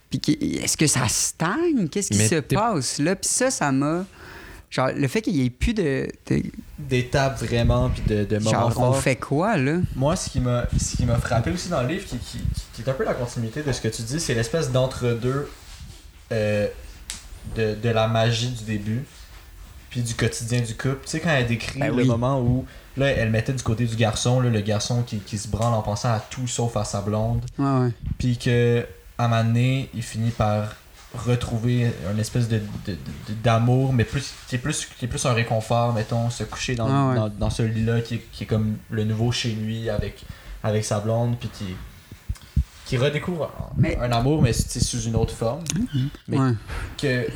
S3: Puis qui- est-ce que ça stagne? Qu'est-ce qui
S1: Mais
S3: se
S1: t'es-
S3: passe là? Puis ça, ça m'a. Genre, le fait qu'il n'y ait plus de. de-
S2: D'étapes vraiment, puis de, de moments
S3: genre, on
S2: forts.
S3: fait quoi là?
S2: Moi, ce qui m'a ce qui m'a frappé aussi dans le livre, qui, qui, qui est un peu la continuité de ce que tu dis, c'est l'espèce d'entre-deux euh, de, de la magie du début, puis du quotidien du couple. Tu sais, quand elle décrit
S3: Ben
S2: le
S3: oui.
S2: moment où là, elle mettait du côté du garçon, là, le garçon qui, qui se branle en pensant à tout sauf à sa blonde,
S3: Ouais, ouais.
S2: puis que à un moment donné, il finit par retrouver une espèce de de- de- d'amour mais plus qui est plus qui est plus un réconfort mettons se coucher dans,
S3: Ah ouais.
S2: dans, dans ce lit là qui est, qui est comme le nouveau chez lui avec avec sa blonde puis qui qui redécouvre un-
S3: Mais- Mhm.
S2: un amour mais c'est sous une autre forme Mais-
S3: Ouais.
S2: que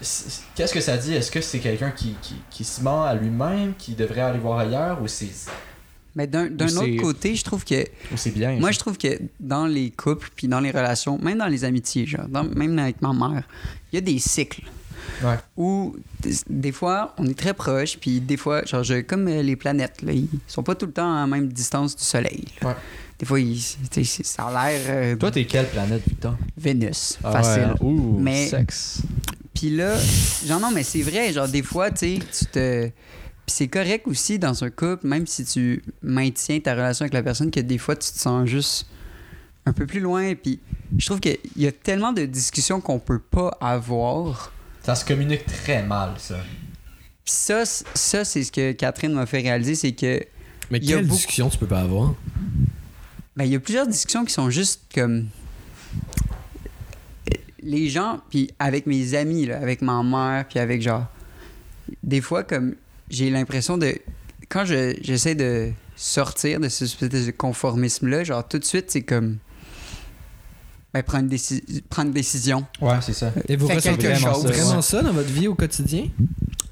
S2: c'est- qu'est-ce que ça dit est-ce que c'est quelqu'un qui, qui, qui se ment à lui-même qui devrait aller voir ailleurs ou c'est
S3: Mais d'un d'un
S2: Ou c'est-
S3: autre côté, je trouve que.
S2: ou c'est bien
S3: Moi, je trouve que dans les couples, puis dans les relations, même dans les amitiés, genre, dans- même avec ma mère, il y a des cycles
S2: Ouais.
S3: où des, des fois, on est très proche, puis des fois, genre, je- comme euh, les planètes, là, ils sont pas tout le temps à la même distance du Soleil. là.
S2: Ouais.
S3: Des fois, ils- tu sais, c'est- ça a l'air euh,
S2: toi t'es Ah quelle planète Victor hein?
S3: Vénus, facile.
S5: Ouh,
S3: Mais-
S5: sexe.
S3: Puis là, genre, non, mais c'est vrai, genre, des fois, tu sais, tu te. Puis c'est correct aussi dans un couple, même si tu maintiens ta relation avec la personne, que des fois, tu te sens juste un peu plus loin. Puis je trouve qu'il y a tellement de discussions qu'on peut pas avoir.
S2: ça se communique très mal ça
S3: Puis ça, c- ça c'est ce que Catherine m'a fait réaliser, c'est que.
S1: Mais
S3: Il y a
S1: quelle
S3: beaucoup-
S1: discussion tu peux pas avoir
S3: Ben, il y a plusieurs discussions qui sont juste comme. Les gens, puis avec mes amis, là, avec ma mère, puis avec genre. Des fois, comme, j'ai l'impression de. Quand je- j'essaie de sortir de ce espèce de conformisme-là, genre, tout de suite, c'est comme. Ben, prendre, une déci- prendre une décision.
S2: ouais c'est ça
S1: Et vous
S3: Fais
S1: ressentez
S3: quelque
S1: vraiment,
S3: chose.
S1: ça, vraiment ça dans votre vie au quotidien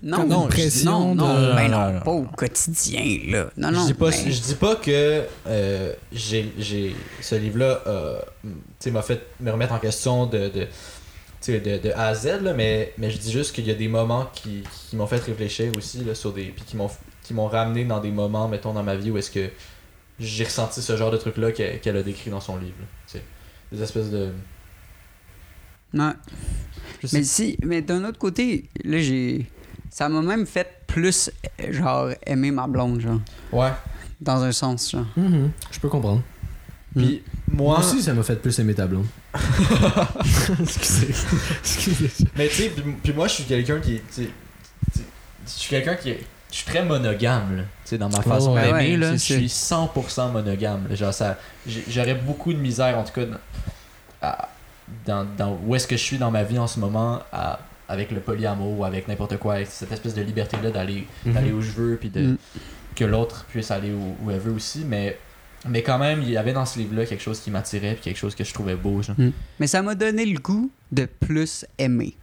S3: Non,
S1: Comme une
S3: non, je dis
S1: pression
S3: non, non,
S1: de-
S3: ben
S5: Non,
S3: non,
S5: non, non.
S3: pas au quotidien, là. Non,
S2: je
S3: non.
S2: dis pas,
S3: ben-
S2: je dis pas que euh, j'ai, j'ai- ce livre-là euh, tu sais, m'a fait me remettre en question de, de, tu sais, de, de A à Z, là, mais, mais je dis juste qu'il y a des moments qui, qui m'ont fait réfléchir aussi, là, sur des, puis qui m'ont, qui m'ont ramené dans des moments, mettons, dans ma vie où est-ce que j'ai ressenti ce genre de truc-là qu'elle, qu'elle a décrit dans son livre. là, tu sais. des espèces de...
S3: Ouais.
S2: Je sais-
S3: Mais si, mais d'un autre côté, là, j'ai. Ça m'a même fait plus, euh, genre, aimer ma blonde, genre.
S2: Ouais.
S3: Dans un sens, genre.
S1: Mhm, Je peux comprendre.
S2: Puis
S1: Moi
S2: moi...
S1: aussi, ça m'a fait plus aimer ta blonde. Excusez. Excusez.
S2: Mais tu sais, puis- puis moi je suis quelqu'un qui. tu sais, tu sais, Je suis quelqu'un qui. est- Je suis très monogame, là. Tu sais, dans ma façon
S3: ouais,
S2: d'aimer,
S3: ouais,
S2: là. Je
S3: c'est
S2: suis 100% monogame. là. Genre, ça. j'ai- J'aurais beaucoup de misère, en tout cas, dans, à- dans, dans- où est-ce que je suis dans ma vie en ce moment, à avec le polyamour ou avec n'importe quoi, avec cette espèce de liberté-là d'aller
S1: Mhm.
S2: d'aller où je veux, puis de,
S3: Mm.
S2: que l'autre puisse aller où, où elle veut aussi. Mais, mais quand même, il y avait dans ce livre-là quelque chose qui m'attirait, puis quelque chose que je trouvais beau. Genre.
S3: Mais ça m'a donné le goût de plus aimer.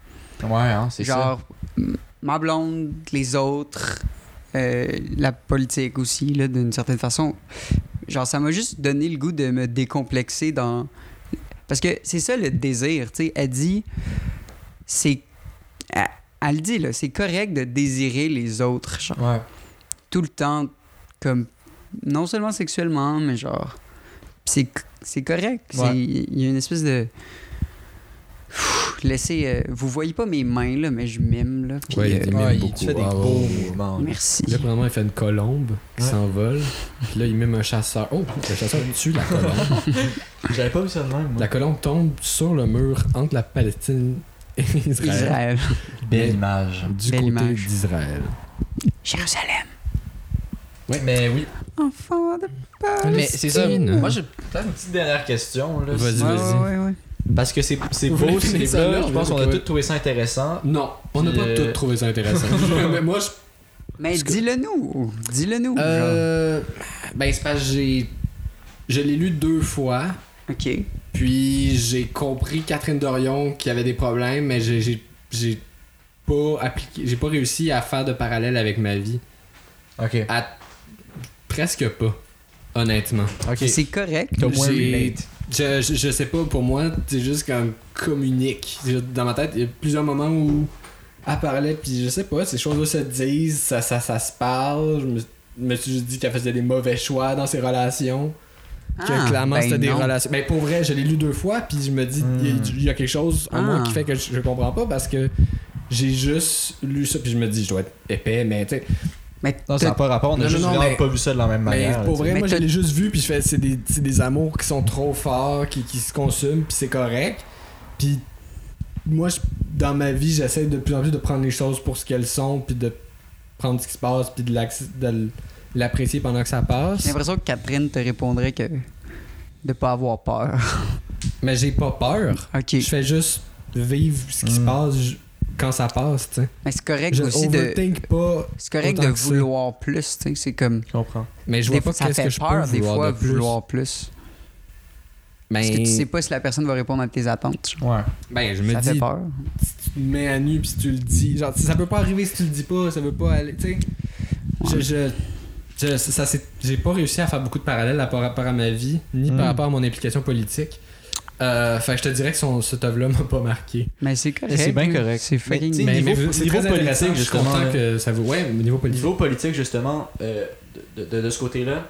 S2: Ouais, hein, c'est ça.
S3: Genre, m- ma blonde, les autres, euh, la politique aussi, là, d'une certaine façon. Genre, ça m'a juste donné le goût de me décomplexer dans. Parce que c'est ça le désir, tu sais. Elle dit. C'est. Elle, elle le dit, là, c'est correct de désirer les autres, genre,
S2: Ouais.
S3: tout le temps, comme. Non seulement sexuellement, mais genre. C'est, c'est correct. C'est-
S2: Ouais.
S3: Il y a une espèce de. Pfff, Laissez. euh, vous voyez pas mes mains, là, mais je mime, là. puis,
S1: Ouais,
S3: euh,
S1: il mime
S2: Ouais, il
S1: beaucoup.
S2: fait des
S1: Ah, ouais,
S2: beaux
S1: ouais.
S2: mouvements.
S3: Merci.
S1: Là, premièrement, il fait une colombe qui
S2: Ouais.
S1: s'envole. Puis là, il met un chasseur. Oh, le chasseur tue la colombe.
S2: J'avais pas vu ça de même, moi.
S1: la colombe tombe sur le mur entre la Palestine et Israël.
S3: Israël.
S5: Belle
S1: Mais-
S5: image.
S1: Du
S3: Belle
S1: côté
S3: image.
S1: d'Israël.
S3: Jérusalem.
S2: Mais oui. Euh,
S3: Enfant de
S5: Mais c'est ça.
S1: Palestine.
S5: Moi, j'ai
S2: Peut-être une petite dernière question. Là,
S1: Vas-y,
S3: Ouais,
S1: vas-y.
S3: ouais, ouais.
S2: Parce que c'est c'est
S1: Vous
S2: beau,
S1: voulez
S2: c'est
S1: finir ça là,
S2: beau. Je pense qu'on a
S1: ouais.
S2: tous trouvé ça intéressant.
S1: Non, on n'a
S2: Puis,
S1: pas
S2: euh,
S1: tout trouvé ça intéressant. Mais moi, je
S3: Mais
S1: Parce que-
S3: dis-le nous. Dis-le nous.
S1: Euh, ben, c'est parce que j'ai. Je l'ai lu deux fois,
S3: Ok.
S1: puis j'ai compris Catherine Dorion qui avait des problèmes, mais j'ai- j'ai j'ai pas appliqué. J'ai pas réussi à faire de parallèle avec ma vie.
S2: Ok.
S1: À... Presque pas, honnêtement.
S2: Ok.
S3: C'est correct.
S2: T'as moins
S1: J'ai-
S2: relate.
S1: Je, je, je sais pas, pour moi, c'est juste comme communique. Je- Dans ma tête, il y a plusieurs moments où elle parlait, puis je sais pas, ces choses-là se disent, ça, ça, ça se parle. Je me, me suis juste dit qu'elle faisait des mauvais choix dans ses relations. Que
S3: Ah,
S1: clairement,
S3: ben
S1: c'était des
S3: non.
S1: relations. Mais pour vrai, je l'ai lu deux fois, puis je me dis, il y a-
S2: Hmm.
S1: il y, a quelque chose en moi
S3: Ah.
S1: qui fait que je, je comprends pas parce que j'ai juste lu ça, puis je me dis, je dois être épais, mais tu sais.
S3: Mais
S2: Non, ça n'a
S3: t'as-
S2: pas rapport. On a
S1: Non, non,
S2: juste
S1: non,
S2: vraiment
S1: mais-
S2: pas vu ça de la même
S1: Mais
S2: manière.
S1: pour
S2: là,
S1: vrai,
S3: Mais
S1: moi je
S3: t'as-
S1: l'ai juste vu, puis je fais, c'est des, c'est des amours qui sont trop forts, qui, qui se consument, puis c'est correct. Puis moi, je- dans ma vie, j'essaie de plus en plus de prendre les choses pour ce qu'elles sont, puis de prendre ce qui se passe, puis de l'acc- de l'apprécier pendant que ça
S3: J'ai
S1: passe.
S3: l'impression que Catherine te répondrait que. De pas avoir peur.
S1: Mais j'ai pas peur.
S3: Ok.
S1: Je fais juste vivre ce qui se
S3: Hmm.
S2: Mm.
S1: passe ju- quand ça passe, tu sais.
S3: Mais c'est correct
S1: Je
S3: aussi de.
S1: overthink pas,
S3: C'est correct
S1: autant
S3: de
S1: que ça.
S3: vouloir plus, tu sais. C'est comme.
S2: tu sais. Je comprends.
S1: mais je vois
S3: Des
S1: pas
S3: fois, ça
S1: qu'est-ce que
S3: fait
S1: je
S3: peur,
S1: peux
S3: des
S1: vouloir
S3: fois,
S1: de plus.
S3: vouloir plus. Parce que
S1: Ben,
S3: tu sais pas si la personne va répondre à tes attentes. genre.
S2: Ouais.
S1: ben, je me
S3: ça
S1: dis,
S3: fait peur.
S1: tu te mets à nu puis tu le dis. Genre, ça peut pas arriver si tu le dis pas, ça veut pas aller. Tu sais, je, je, je- ça, c'est- j'ai pas réussi à faire beaucoup de parallèles à- par rapport à ma vie, ni
S3: Hmm.
S2: Mm.
S1: par rapport à mon implication politique. Euh, fait que je te dirais que son, cet œuvre-là m'a pas marqué.
S3: Mais c'est correct.
S2: c'est bien
S3: là.
S2: correct.
S3: C'est
S2: Mais
S3: fucking.
S2: tu sais, niveau-
S1: c'est
S2: niveau
S1: très intéressant,
S2: politique,
S1: je suis
S2: justement,
S1: content
S2: là.
S1: que ça vous. Ouais, au niveau
S2: Au
S1: politique.
S2: niveau politique, justement, euh, de, de- de ce côté-là,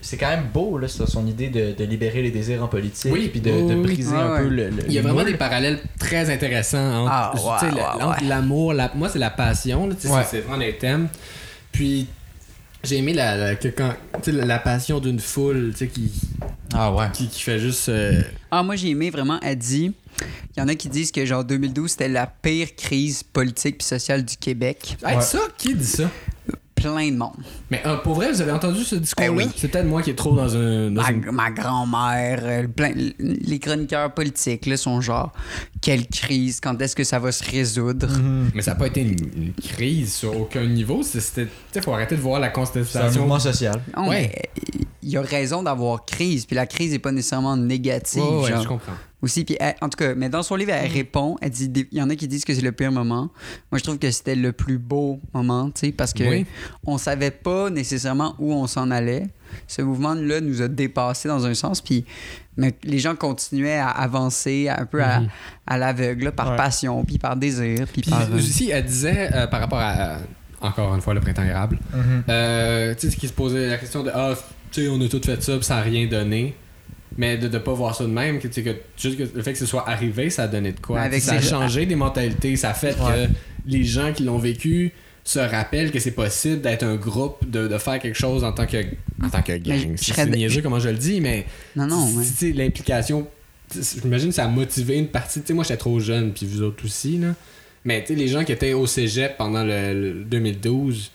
S2: c'est quand même beau, là, ça, son idée de, de libérer les désirs en politique.
S1: Oui,
S2: puis de,
S1: oui,
S2: de
S1: oui.
S2: briser
S3: Ouais,
S2: un
S3: ouais.
S2: peu le. le-
S1: Il y a vraiment
S2: le
S1: des
S2: moule.
S1: parallèles très intéressants entre
S3: Ah, ouais,
S1: tu sais, le-
S3: ouais,
S1: entre
S3: ouais.
S1: l'amour, la- moi c'est la passion, là, tu sais,
S2: Ouais.
S1: c'est c'est vraiment les thèmes. Puis j'ai aimé la, la- que quand- tu sais, la- la passion d'une foule tu sais, qui,
S2: Ah ouais.
S1: qui, qui fait juste... euh,
S3: Ah, moi, j'ai aimé vraiment, elle dit. Il y en a qui disent que, genre, 2012, c'était la pire crise politique puis sociale du Québec.
S1: Hey,
S2: Ouais.
S1: ça, qui dit ça?
S3: Plein de monde.
S1: Mais euh, pour vrai, vous avez entendu ce discours-là?
S3: Ben oui.
S1: C'est peut-être moi qui est trop dans un... dans
S3: Ma,
S1: une-
S3: ma grand-mère, euh, plein, les chroniqueurs politiques, là, sont genre, quelle crise, quand est-ce que ça va se résoudre?
S2: Mm-hmm.
S1: Mais ça n'a pas été une, une crise sur aucun niveau. C'est- C'était... Tu sais, faut arrêter de voir la
S2: C'est un
S1: contestation.
S2: mouvement social.
S3: Non,
S1: Ouais.
S3: mais, euh, il y a raison d'avoir crise, puis la crise n'est pas nécessairement négative.
S1: Ouais, ouais,
S3: genre.
S1: je comprends. Mm.
S3: aussi. Puis elle- en tout cas, mais dans son livre, elle répond. Elle dit, des- il y en a qui disent que c'est le pire moment. Moi, je trouve que c'était le plus beau moment, tu sais, parce que
S1: Oui.
S3: on savait pas nécessairement où on s'en allait. Ce mouvement-là nous a dépassé dans un sens, puis mais les gens continuaient à avancer un peu à, à l'aveugle, là, par
S2: Ouais.
S3: passion, puis par désir, puis
S1: Mm-hmm. Puis
S3: par. euh,
S1: aussi, elle disait, euh, par rapport à... à- encore une fois, le printemps érable.
S3: Mhm.
S1: Euh, tu sais, ce qui se posait la question de ah, tu sais, on a tout fait ça, pis ça a rien donné. Mais de ne pas voir ça de même, que, tu sais, que juste que le fait que ce soit arrivé, ça a donné de quoi.
S3: Mais avec
S1: ça a
S3: ces-
S1: changé des mentalités, ça a fait
S2: Ouais.
S1: que les gens qui l'ont vécu se rappellent que c'est possible d'être un groupe, de, de faire quelque chose en tant que, en tant que
S3: je-
S1: gang.
S3: je
S1: C'est
S3: serais-
S1: niaiseux comment je le dis, mais
S3: Non, Ah non. ouais.
S1: tu sais, l'implication, tu sais, j'imagine que ça a motivé une partie. Tu sais, moi, j'étais trop jeune, puis vous autres aussi, là. Mais tu sais, les gens qui étaient au cégep pendant le, le 2012,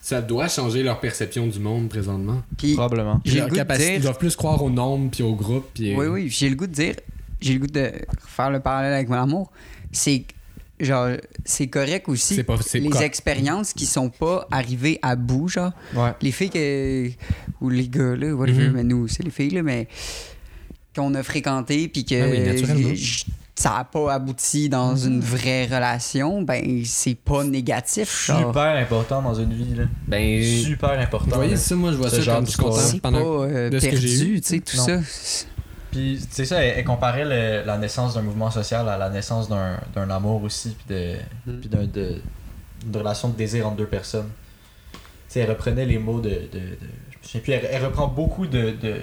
S1: ça doit changer leur perception du monde présentement.
S3: Puis
S2: Probablement.
S1: Puis
S3: j'ai
S1: leur
S3: le goût de
S1: capacité-
S3: dire-
S1: Ils doivent plus croire au nombre, puis au groupe, puis. euh,
S3: Oui, oui, j'ai le goût de dire, j'ai le goût de faire le parallèle avec mon amour. C'est genre, c'est correct aussi
S1: C'est pas- c'est
S3: les
S1: co-
S3: expériences qui sont pas arrivées à bout, genre.
S1: Ouais.
S3: Les filles que, ou les gars, là, whatever,
S1: Mhm.
S3: mais nous, c'est les filles, là, mais qu'on a fréquenté puis que
S1: Ah oui, naturellement.
S3: j- ça n'a pas abouti dans une vraie relation, ben, c'est pas négatif, genre.
S2: Super important dans une vie, là.
S1: Ben,
S2: Super important.
S1: vous voyez
S2: là.
S1: ça, moi, je vois
S2: Ce
S1: ça
S2: genre
S1: comme
S2: de
S1: du content
S3: C'est pas
S1: pendant.
S3: euh,
S1: de ce que j'ai
S3: perdu, tu sais, tout
S2: Non.
S3: ça. C'est-
S2: Puis, tu sais, ça, elle, elle comparait le- la naissance d'un mouvement social à la naissance d'un d'un amour aussi, puis de-
S3: Mm.
S2: puis d'un- de- d'une relation de désir entre deux personnes. Tu sais, elle reprenait les mots de. de, de- je me souviens plus, elle, elle reprend beaucoup de. de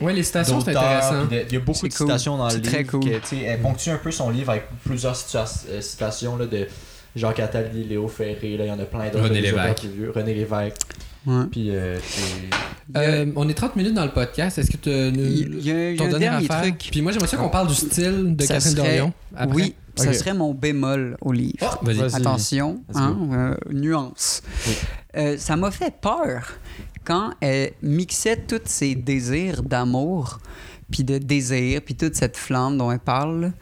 S1: Ouais, les citations, c'est
S2: d'auteurs,
S1: intéressant.
S2: puis de- Il y a beaucoup
S3: C'est
S2: de
S3: cool.
S2: citations dans le
S3: C'est
S2: livre.
S3: très cool.
S2: que, tu sais, elle ponctue un peu son livre avec plusieurs situa- euh, citations là, de Jacques Attali, Léo Ferré, là, il y en a plein d'autres.
S1: René
S2: des auteurs
S1: Lévesque.
S2: qui vieux, René Lévesque.
S3: Ouais.
S2: Puis, euh, c'est-
S1: Euh, on est 30 minutes dans le podcast. Est-ce que tu as
S3: Il y a, il y a
S1: ton
S3: un
S1: dernier
S3: dernier
S1: affaire?
S3: truc. Ah.
S1: Puis moi, j'aimerais ça qu'on parle du style de
S3: Ça
S1: Catherine
S3: serait-
S1: Dorion. après.
S3: Oui, ça
S1: Ok.
S3: serait mon bémol au livre.
S1: Oh, vas-y.
S2: Vas-y.
S3: Attention,
S2: Let's go.
S3: hein, euh, nuance. Euh, ça m'a fait peur quand elle mixait tous ses désirs d'amour, puis de désir, puis toute cette flamme dont elle parle.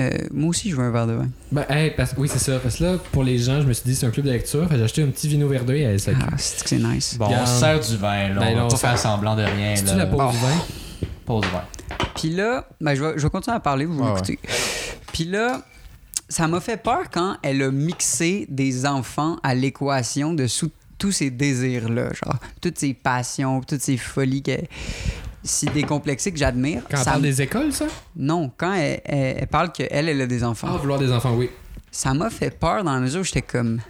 S3: Euh, moi aussi, je veux un verre de vin.
S1: Ben, hey, parce- oui, c'est ça. Parce que là, pour les gens, je me suis dit, c'est un club de lecture. Fait que J'ai acheté un petit vino vert et à SAQ.
S3: Ah, c'est que c'est nice.
S5: Bon,
S1: Regarde.
S5: on se sert du vin, là. on
S1: Ben là,
S5: va
S1: on
S5: pas
S1: se-
S5: faire semblant de rien, là.
S2: Ah.
S1: C'est-tu la peau
S5: Bon,
S1: du
S3: Oh.
S1: vin?
S5: pause vin.
S3: Puis là, ben, je, vais, je vais continuer à parler, vous
S5: Ah ouais.
S3: m'écoutez. Puis là, ça m'a fait peur quand elle a mixé des enfants à l'équation de sous- tous ces désirs-là, genre toutes ces passions, toutes ces folies que, si décomplexées que j'admire.
S1: Quand on
S3: ça
S1: parle
S3: me-
S1: des écoles, ça?
S3: Non, quand elle, elle- elle parle qu'elle, elle a des enfants,
S1: Ah, vouloir des enfants, oui.
S3: ça m'a fait peur dans la mesure où j'étais comme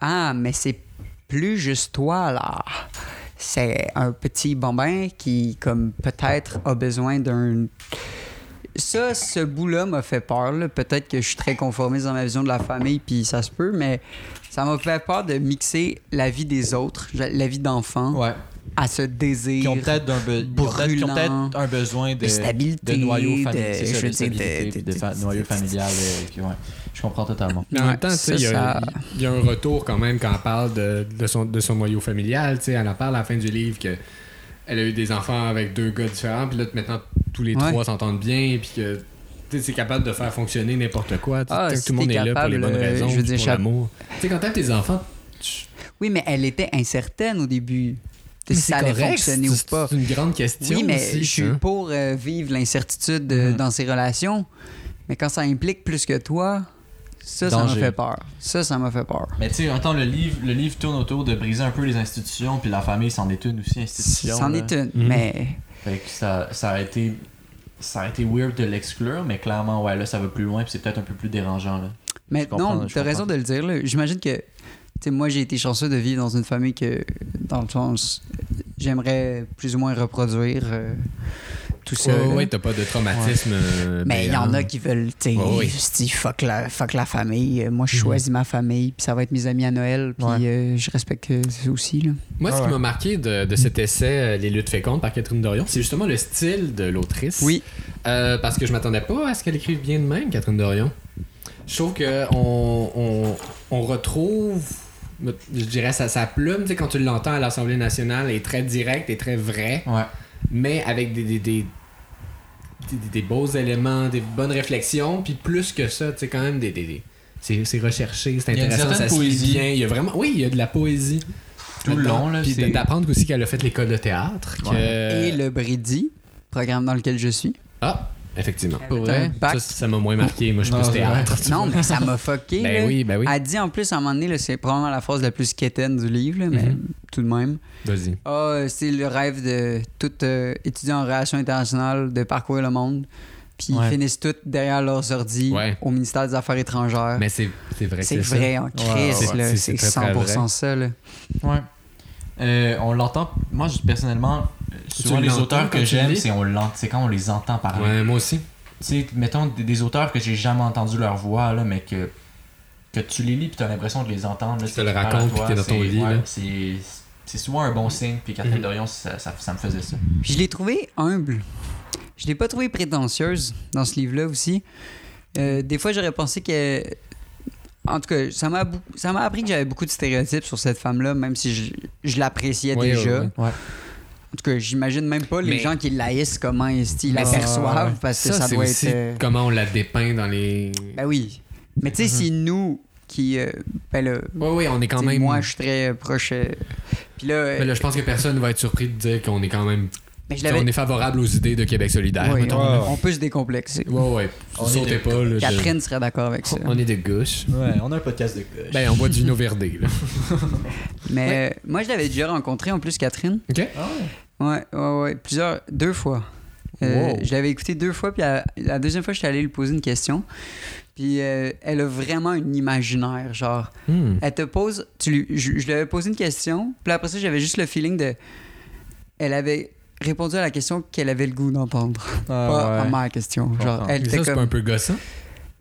S3: Ah, mais c'est plus juste toi là. C'est un petit bambin qui, comme peut-être, a besoin d'un. Ça, ce bout-là m'a fait peur. là. Peut-être que je suis très conformiste dans ma vision de la famille, puis ça se peut, mais ça m'a fait peur de mixer la vie des autres, la vie d'enfants,
S2: Ouais.
S3: à ce désir.
S2: qui ont peut-être un, be- qui ont peut-être- qui ont peut-être un besoin de,
S3: de stabilité,
S2: de noyau
S3: de-
S2: familial. c'est ça,
S3: je
S2: de
S3: veux dire, de-
S2: stabilité,
S3: de-
S2: de fa- noyau familial. euh, qui- ouais. Je comprends totalement.
S1: Mais en
S3: Ouais,
S1: même temps, tu sais,
S3: ça,
S1: il y, a-
S3: ça-
S1: il y a un retour quand même quand elle parle de, de son, de son noyau familial. tu sais, Elle en parle à la fin du livre que elle a eu des enfants avec deux gars différents. Puis là, maintenant, tous les
S3: Ouais.
S1: trois s'entendent bien. Puis que tu sais, c'est capable de faire fonctionner n'importe quoi. tu sais,
S3: Ah,
S1: tant que
S3: si
S1: tout le monde
S3: t'es
S1: est là pour les
S3: capable,
S1: bonnes
S3: euh,
S1: raisons.
S3: je veux
S1: puis
S3: dire,
S1: pour
S3: chap-
S1: l'amour. Tu sais, quand t'as tes enfants, tu-
S3: Oui, mais elle était incertaine au début de
S1: Mais
S3: si
S1: c'est
S3: ça allait
S1: correct,
S3: fonctionner
S1: c'est-
S3: ou pas.
S1: C'est une grande question.
S3: Oui, mais
S1: aussi, Hein?
S3: je suis
S1: ça.
S3: pour euh, vivre l'incertitude euh,
S2: Mhm.
S3: dans ces relations. Mais quand ça implique plus que toi, ça, ça
S2: Danger.
S3: m'a fait peur. Ça, ça m'a fait peur.
S2: Mais tu sais, attends, le livre, le livre tourne autour de briser un peu les institutions, puis la famille s'en est une aussi, institution.
S3: C'en
S2: là.
S3: est une,
S1: Mhm.
S3: mais
S2: Fait que ça, ça a été. Ça a été weird de l'exclure, mais clairement, ouais, là, ça va plus loin, puis c'est peut-être un peu plus dérangeant, là.
S3: Mais
S2: Je comprends,
S3: non,
S2: je
S3: t'as raison de
S2: comprends.
S3: le dire. là. J'imagine que, tu sais, moi, j'ai été chanceux de vivre dans une famille que, dans le sens, j'aimerais plus ou moins reproduire euh, tout ça.
S1: Ouais,
S3: là.
S1: ouais, t'as pas de traumatisme. euh,
S3: mais il y en
S1: béant.
S3: a qui veulent, tu sais,
S1: Ouais, ouais.
S3: je dis, fuck la, fuck la famille. Euh, Moi, je choisis ma famille, puis ça va être mes amis à Noël, puis
S2: Ouais.
S3: euh, je respecte euh, ça aussi. Là.
S1: Moi, ce
S2: Ouais.
S1: qui m'a marqué de, de cet essai euh, Les luttes fécondes par Catherine Dorion, c'est justement le style de l'autrice.
S3: Oui,
S1: Euh, parce que je m'attendais pas à ce qu'elle écrive bien de même, Catherine Dorion. Je trouve que on, on- on retrouve, je dirais, sa, sa plume, tu sais, quand tu l'entends à l'Assemblée nationale, est très directe et très vraie,
S2: Ouais.
S1: mais avec des, des, des- des- des- des beaux éléments, des bonnes réflexions, puis plus que ça, tu sais, quand même, des, des- des- c'est c'est recherché, c'est
S5: Il y a une
S1: intéressant, ça
S5: certaine
S1: se lit
S5: poésie.
S1: bien. Il y a vraiment, oui, il y a de la poésie.
S5: Tout le long, là,
S1: Puis
S5: c'est-
S1: d'apprendre aussi qu'elle a fait l'école de théâtre. que- Euh,
S3: et le Brady, programme dans lequel je suis.
S1: Ah, effectivement.
S3: Pour vrai?
S1: Ça, ça m'a moins marqué. Moi, je suis
S2: Non,
S1: plus
S2: c'est
S1: théâtre.
S3: Non, mais ça m'a fucké.
S1: Ben
S3: là.
S1: oui, ben oui.
S3: Elle dit en plus, à un moment donné, là, c'est probablement la phrase la plus quétaine du livre, là, mais
S1: Mhm.
S3: tout de même.
S1: Vas-y.
S3: Ah, euh, c'est le rêve de tout euh, étudiant en relations internationales de parcourir le monde. Puis
S2: Ouais.
S3: ils finissent tous derrière leurs ordi
S1: Ouais.
S3: au ministère des Affaires étrangères.
S1: Mais c'est c'est vrai que
S3: C'est
S1: c'est ça.
S3: vrai en
S1: Ouais,
S3: crise,
S1: ouais,
S3: là.
S1: ouais.
S3: c'est
S1: C'est très, très
S3: 100% ça. Là.
S2: Ouais. Euh, on l'entend. Moi, je- personnellement, euh, souvent les
S1: l'entends
S2: auteurs
S1: quand
S2: que
S1: tu
S2: j'aime,
S1: lis?
S2: c'est on l'ent- c'est quand on les entend parler.
S1: Ouais, moi aussi.
S2: Tu sais, mettons des, des auteurs que j'ai jamais entendu leur voix, là, mais que, que tu les lis, puis t'as l'impression de les entendre. Là,
S1: Tu te le
S2: c'est par
S1: racontes,
S2: la voix,
S1: puis t'es dans ton
S2: c'est-
S1: lit,
S2: ouais,
S1: là.
S2: C'est c'est souvent un bon signe, puis Catherine
S1: Mhm.
S2: Dorion, ça, ça, ça me faisait ça.
S3: Puis je l'ai trouvé humble. Je l'ai pas trouvé prétentieuse dans ce livre-là aussi. Euh, des fois, j'aurais pensé que. En tout cas, ça m'a bou- ça m'a appris que j'avais beaucoup de stéréotypes sur cette femme-là, même si je, je l'appréciais
S1: Ouais,
S3: déjà.
S1: ouais,
S2: ouais.
S3: En tout cas, j'imagine même pas les
S1: Mais-
S3: gens qui laissent comment est-ce qu'ils
S1: Mais
S3: la
S1: c'est-
S3: perçoivent, parce que
S1: Ça,
S3: ça,
S1: c'est
S3: doit
S1: aussi
S3: être. euh,
S1: comment on la dépeint dans les.
S3: Ben oui. Mais tu sais, c'est nous qui. euh, ben là,
S1: Oui, oui, on est quand
S3: tu sais,
S1: même.
S3: Moi, je suis très proche. euh, Puis là, euh,
S1: Mais là, je pense que personne va être surpris de dire qu'on est quand même.
S3: mais je l'avais.
S1: On est favorable aux idées de Québec solidaire.
S3: Ouais,
S1: mettons.
S3: on, on peut se décomplexer.
S1: Ouais, ouais.
S2: On
S1: Sautez
S2: est de-
S1: pas, là, de-
S3: Catherine serait d'accord avec ça.
S1: On est de gauche.
S2: Ouais, on a un podcast de gauche.
S1: Ben, on boit du vino verde, là.
S3: Mais euh, moi, je l'avais déjà rencontrée en plus, Catherine.
S1: OK?
S2: Ah ouais.
S3: Ouais, ouais, ouais. Plusieurs. Deux fois. Euh,
S1: Wow.
S3: Je l'avais écouté deux fois, puis la, la deuxième fois, je suis allé lui poser une question. Puis euh, elle a vraiment un imaginaire, genre.
S1: Hmm.
S3: Elle te pose. Tu lui, je, je lui avais posé une question, puis après ça, j'avais juste le feeling de. Elle avait répondu à la question qu'elle avait le goût d'entendre. pas
S5: Ah,
S3: à
S5: ouais.
S3: ma question. Genre,
S5: comprends.
S3: elle
S1: Mais
S3: était
S1: ça, c'est
S3: comme.
S1: pas un peu gossant?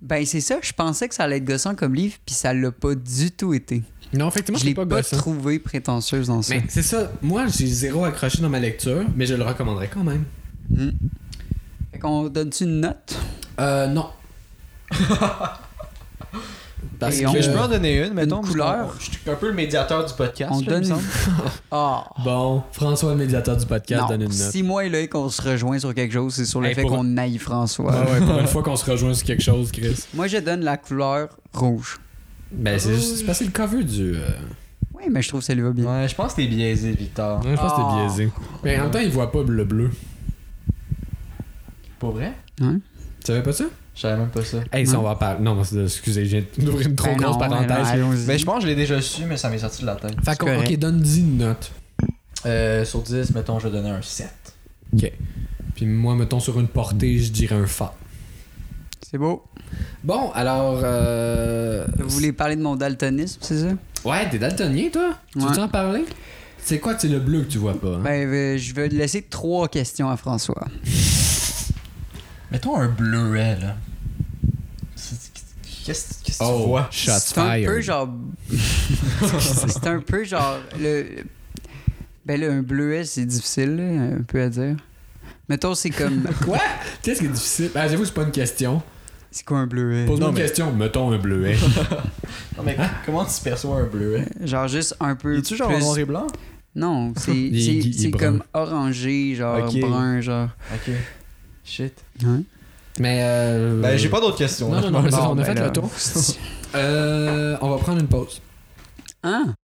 S3: Ben, c'est ça, je pensais que ça allait être gossant comme livre, puis ça l'a pas du tout été.
S1: Non, effectivement,
S3: je
S1: c'est
S3: l'ai
S1: pas
S3: pas,
S1: gossant.
S3: trouvé prétentieuse dans ça.
S1: Mais c'est ça. Moi, j'ai zéro accroché dans ma lecture, mais je le recommanderais quand même.
S3: Hmm. Fait qu'on donne-tu une note?
S1: Euh, non. Parce
S3: Et
S1: que...
S3: on-
S2: Mais je peux en donner une, mettons. parce
S3: couleur.
S2: qu'on- Je suis un peu le médiateur du podcast.
S3: On
S2: là,
S3: donne
S2: il me
S3: une.
S2: semble.
S3: Ah!
S1: Bon, François, le médiateur du podcast,
S3: Non,
S1: donne une note.
S3: si moi et Loïc on se rejoint sur quelque chose, c'est sur le
S1: Hey,
S3: fait
S1: pour-
S3: qu'on aille François.
S1: Ah ouais, pour une fois qu'on se rejoint sur quelque chose, Chris.
S3: Moi je donne la couleur rouge.
S1: Ben, c'est juste c'est parce que c'est le cover du. euh,
S3: Oui, mais je trouve que ça lui va bien.
S5: Ouais, je pense que t'es biaisé, Victor.
S1: Je pense
S3: Ah.
S1: que c'était biaisé. Mais en même temps, il voit pas le bleu.
S5: Pour vrai?
S3: Hein?
S1: Tu savais pas ça?
S5: Je savais même pas ça.
S1: Hey, ça,
S3: Non.
S1: on va parler. Non, c'est- excusez, j'ai d'ouvrir une trop
S3: Ben
S1: grosse
S3: non, ben non,
S1: parenthèse.
S3: allons-y.
S5: Mais je pense que je l'ai déjà su, mais ça m'est sorti de la tête.
S1: fait qu'on.
S3: correct.
S1: Ok, donne 10 notes.
S2: Euh, sur 10, mettons, je vais donner un 7.
S1: Ok. Puis moi, mettons sur une portée, je dirais un fa.
S3: C'est beau.
S1: Bon, alors. Euh...
S3: Vous voulez parler de mon daltonisme, c'est ça?
S1: Ouais, t'es daltonien, toi? Tu
S3: Ouais.
S1: veux en parler? C'est quoi, c'est le bleu que tu vois pas? hein?
S3: Ben, euh, je vais laisser trois questions à François.
S5: Mettons un bleuet, là. C'est- Qu'est-ce qu'est-ce que tu
S1: oh,
S5: vois?
S1: shots
S3: C'est un
S1: fired.
S3: peu genre. c'est un peu genre. Le... Ben là, un bleuet, c'est difficile, là, un peu à dire. Mettons, c'est comme.
S1: Quoi? Qu'est-ce qui est difficile? Ah, j'avoue, c'est pas une question.
S3: c'est quoi un bleuet?
S1: Pose-moi
S5: Non,
S1: une
S5: mais- Hein?
S1: question. Mettons un hein. bleuet.
S2: Non, mais comment tu perçois un bleuet
S3: euh, Genre, juste un peu.
S2: Es-tu genre en
S3: plus-
S2: noir et blanc
S3: Non, c'est-
S1: est-
S3: c'est
S1: il est
S3: c'est
S1: brun.
S3: comme orangé, genre
S2: Ok.
S3: brun, genre.
S2: Ok. Shit.
S1: mais. Euh...
S2: Ben, j'ai pas d'autres questions.
S1: Non,
S2: là.
S3: ben
S1: non, non, mais c'est
S3: Bon,
S1: ça, on a
S3: ben
S1: fait
S3: là.
S1: le tour. Euh, on va prendre une pause.
S3: Hein?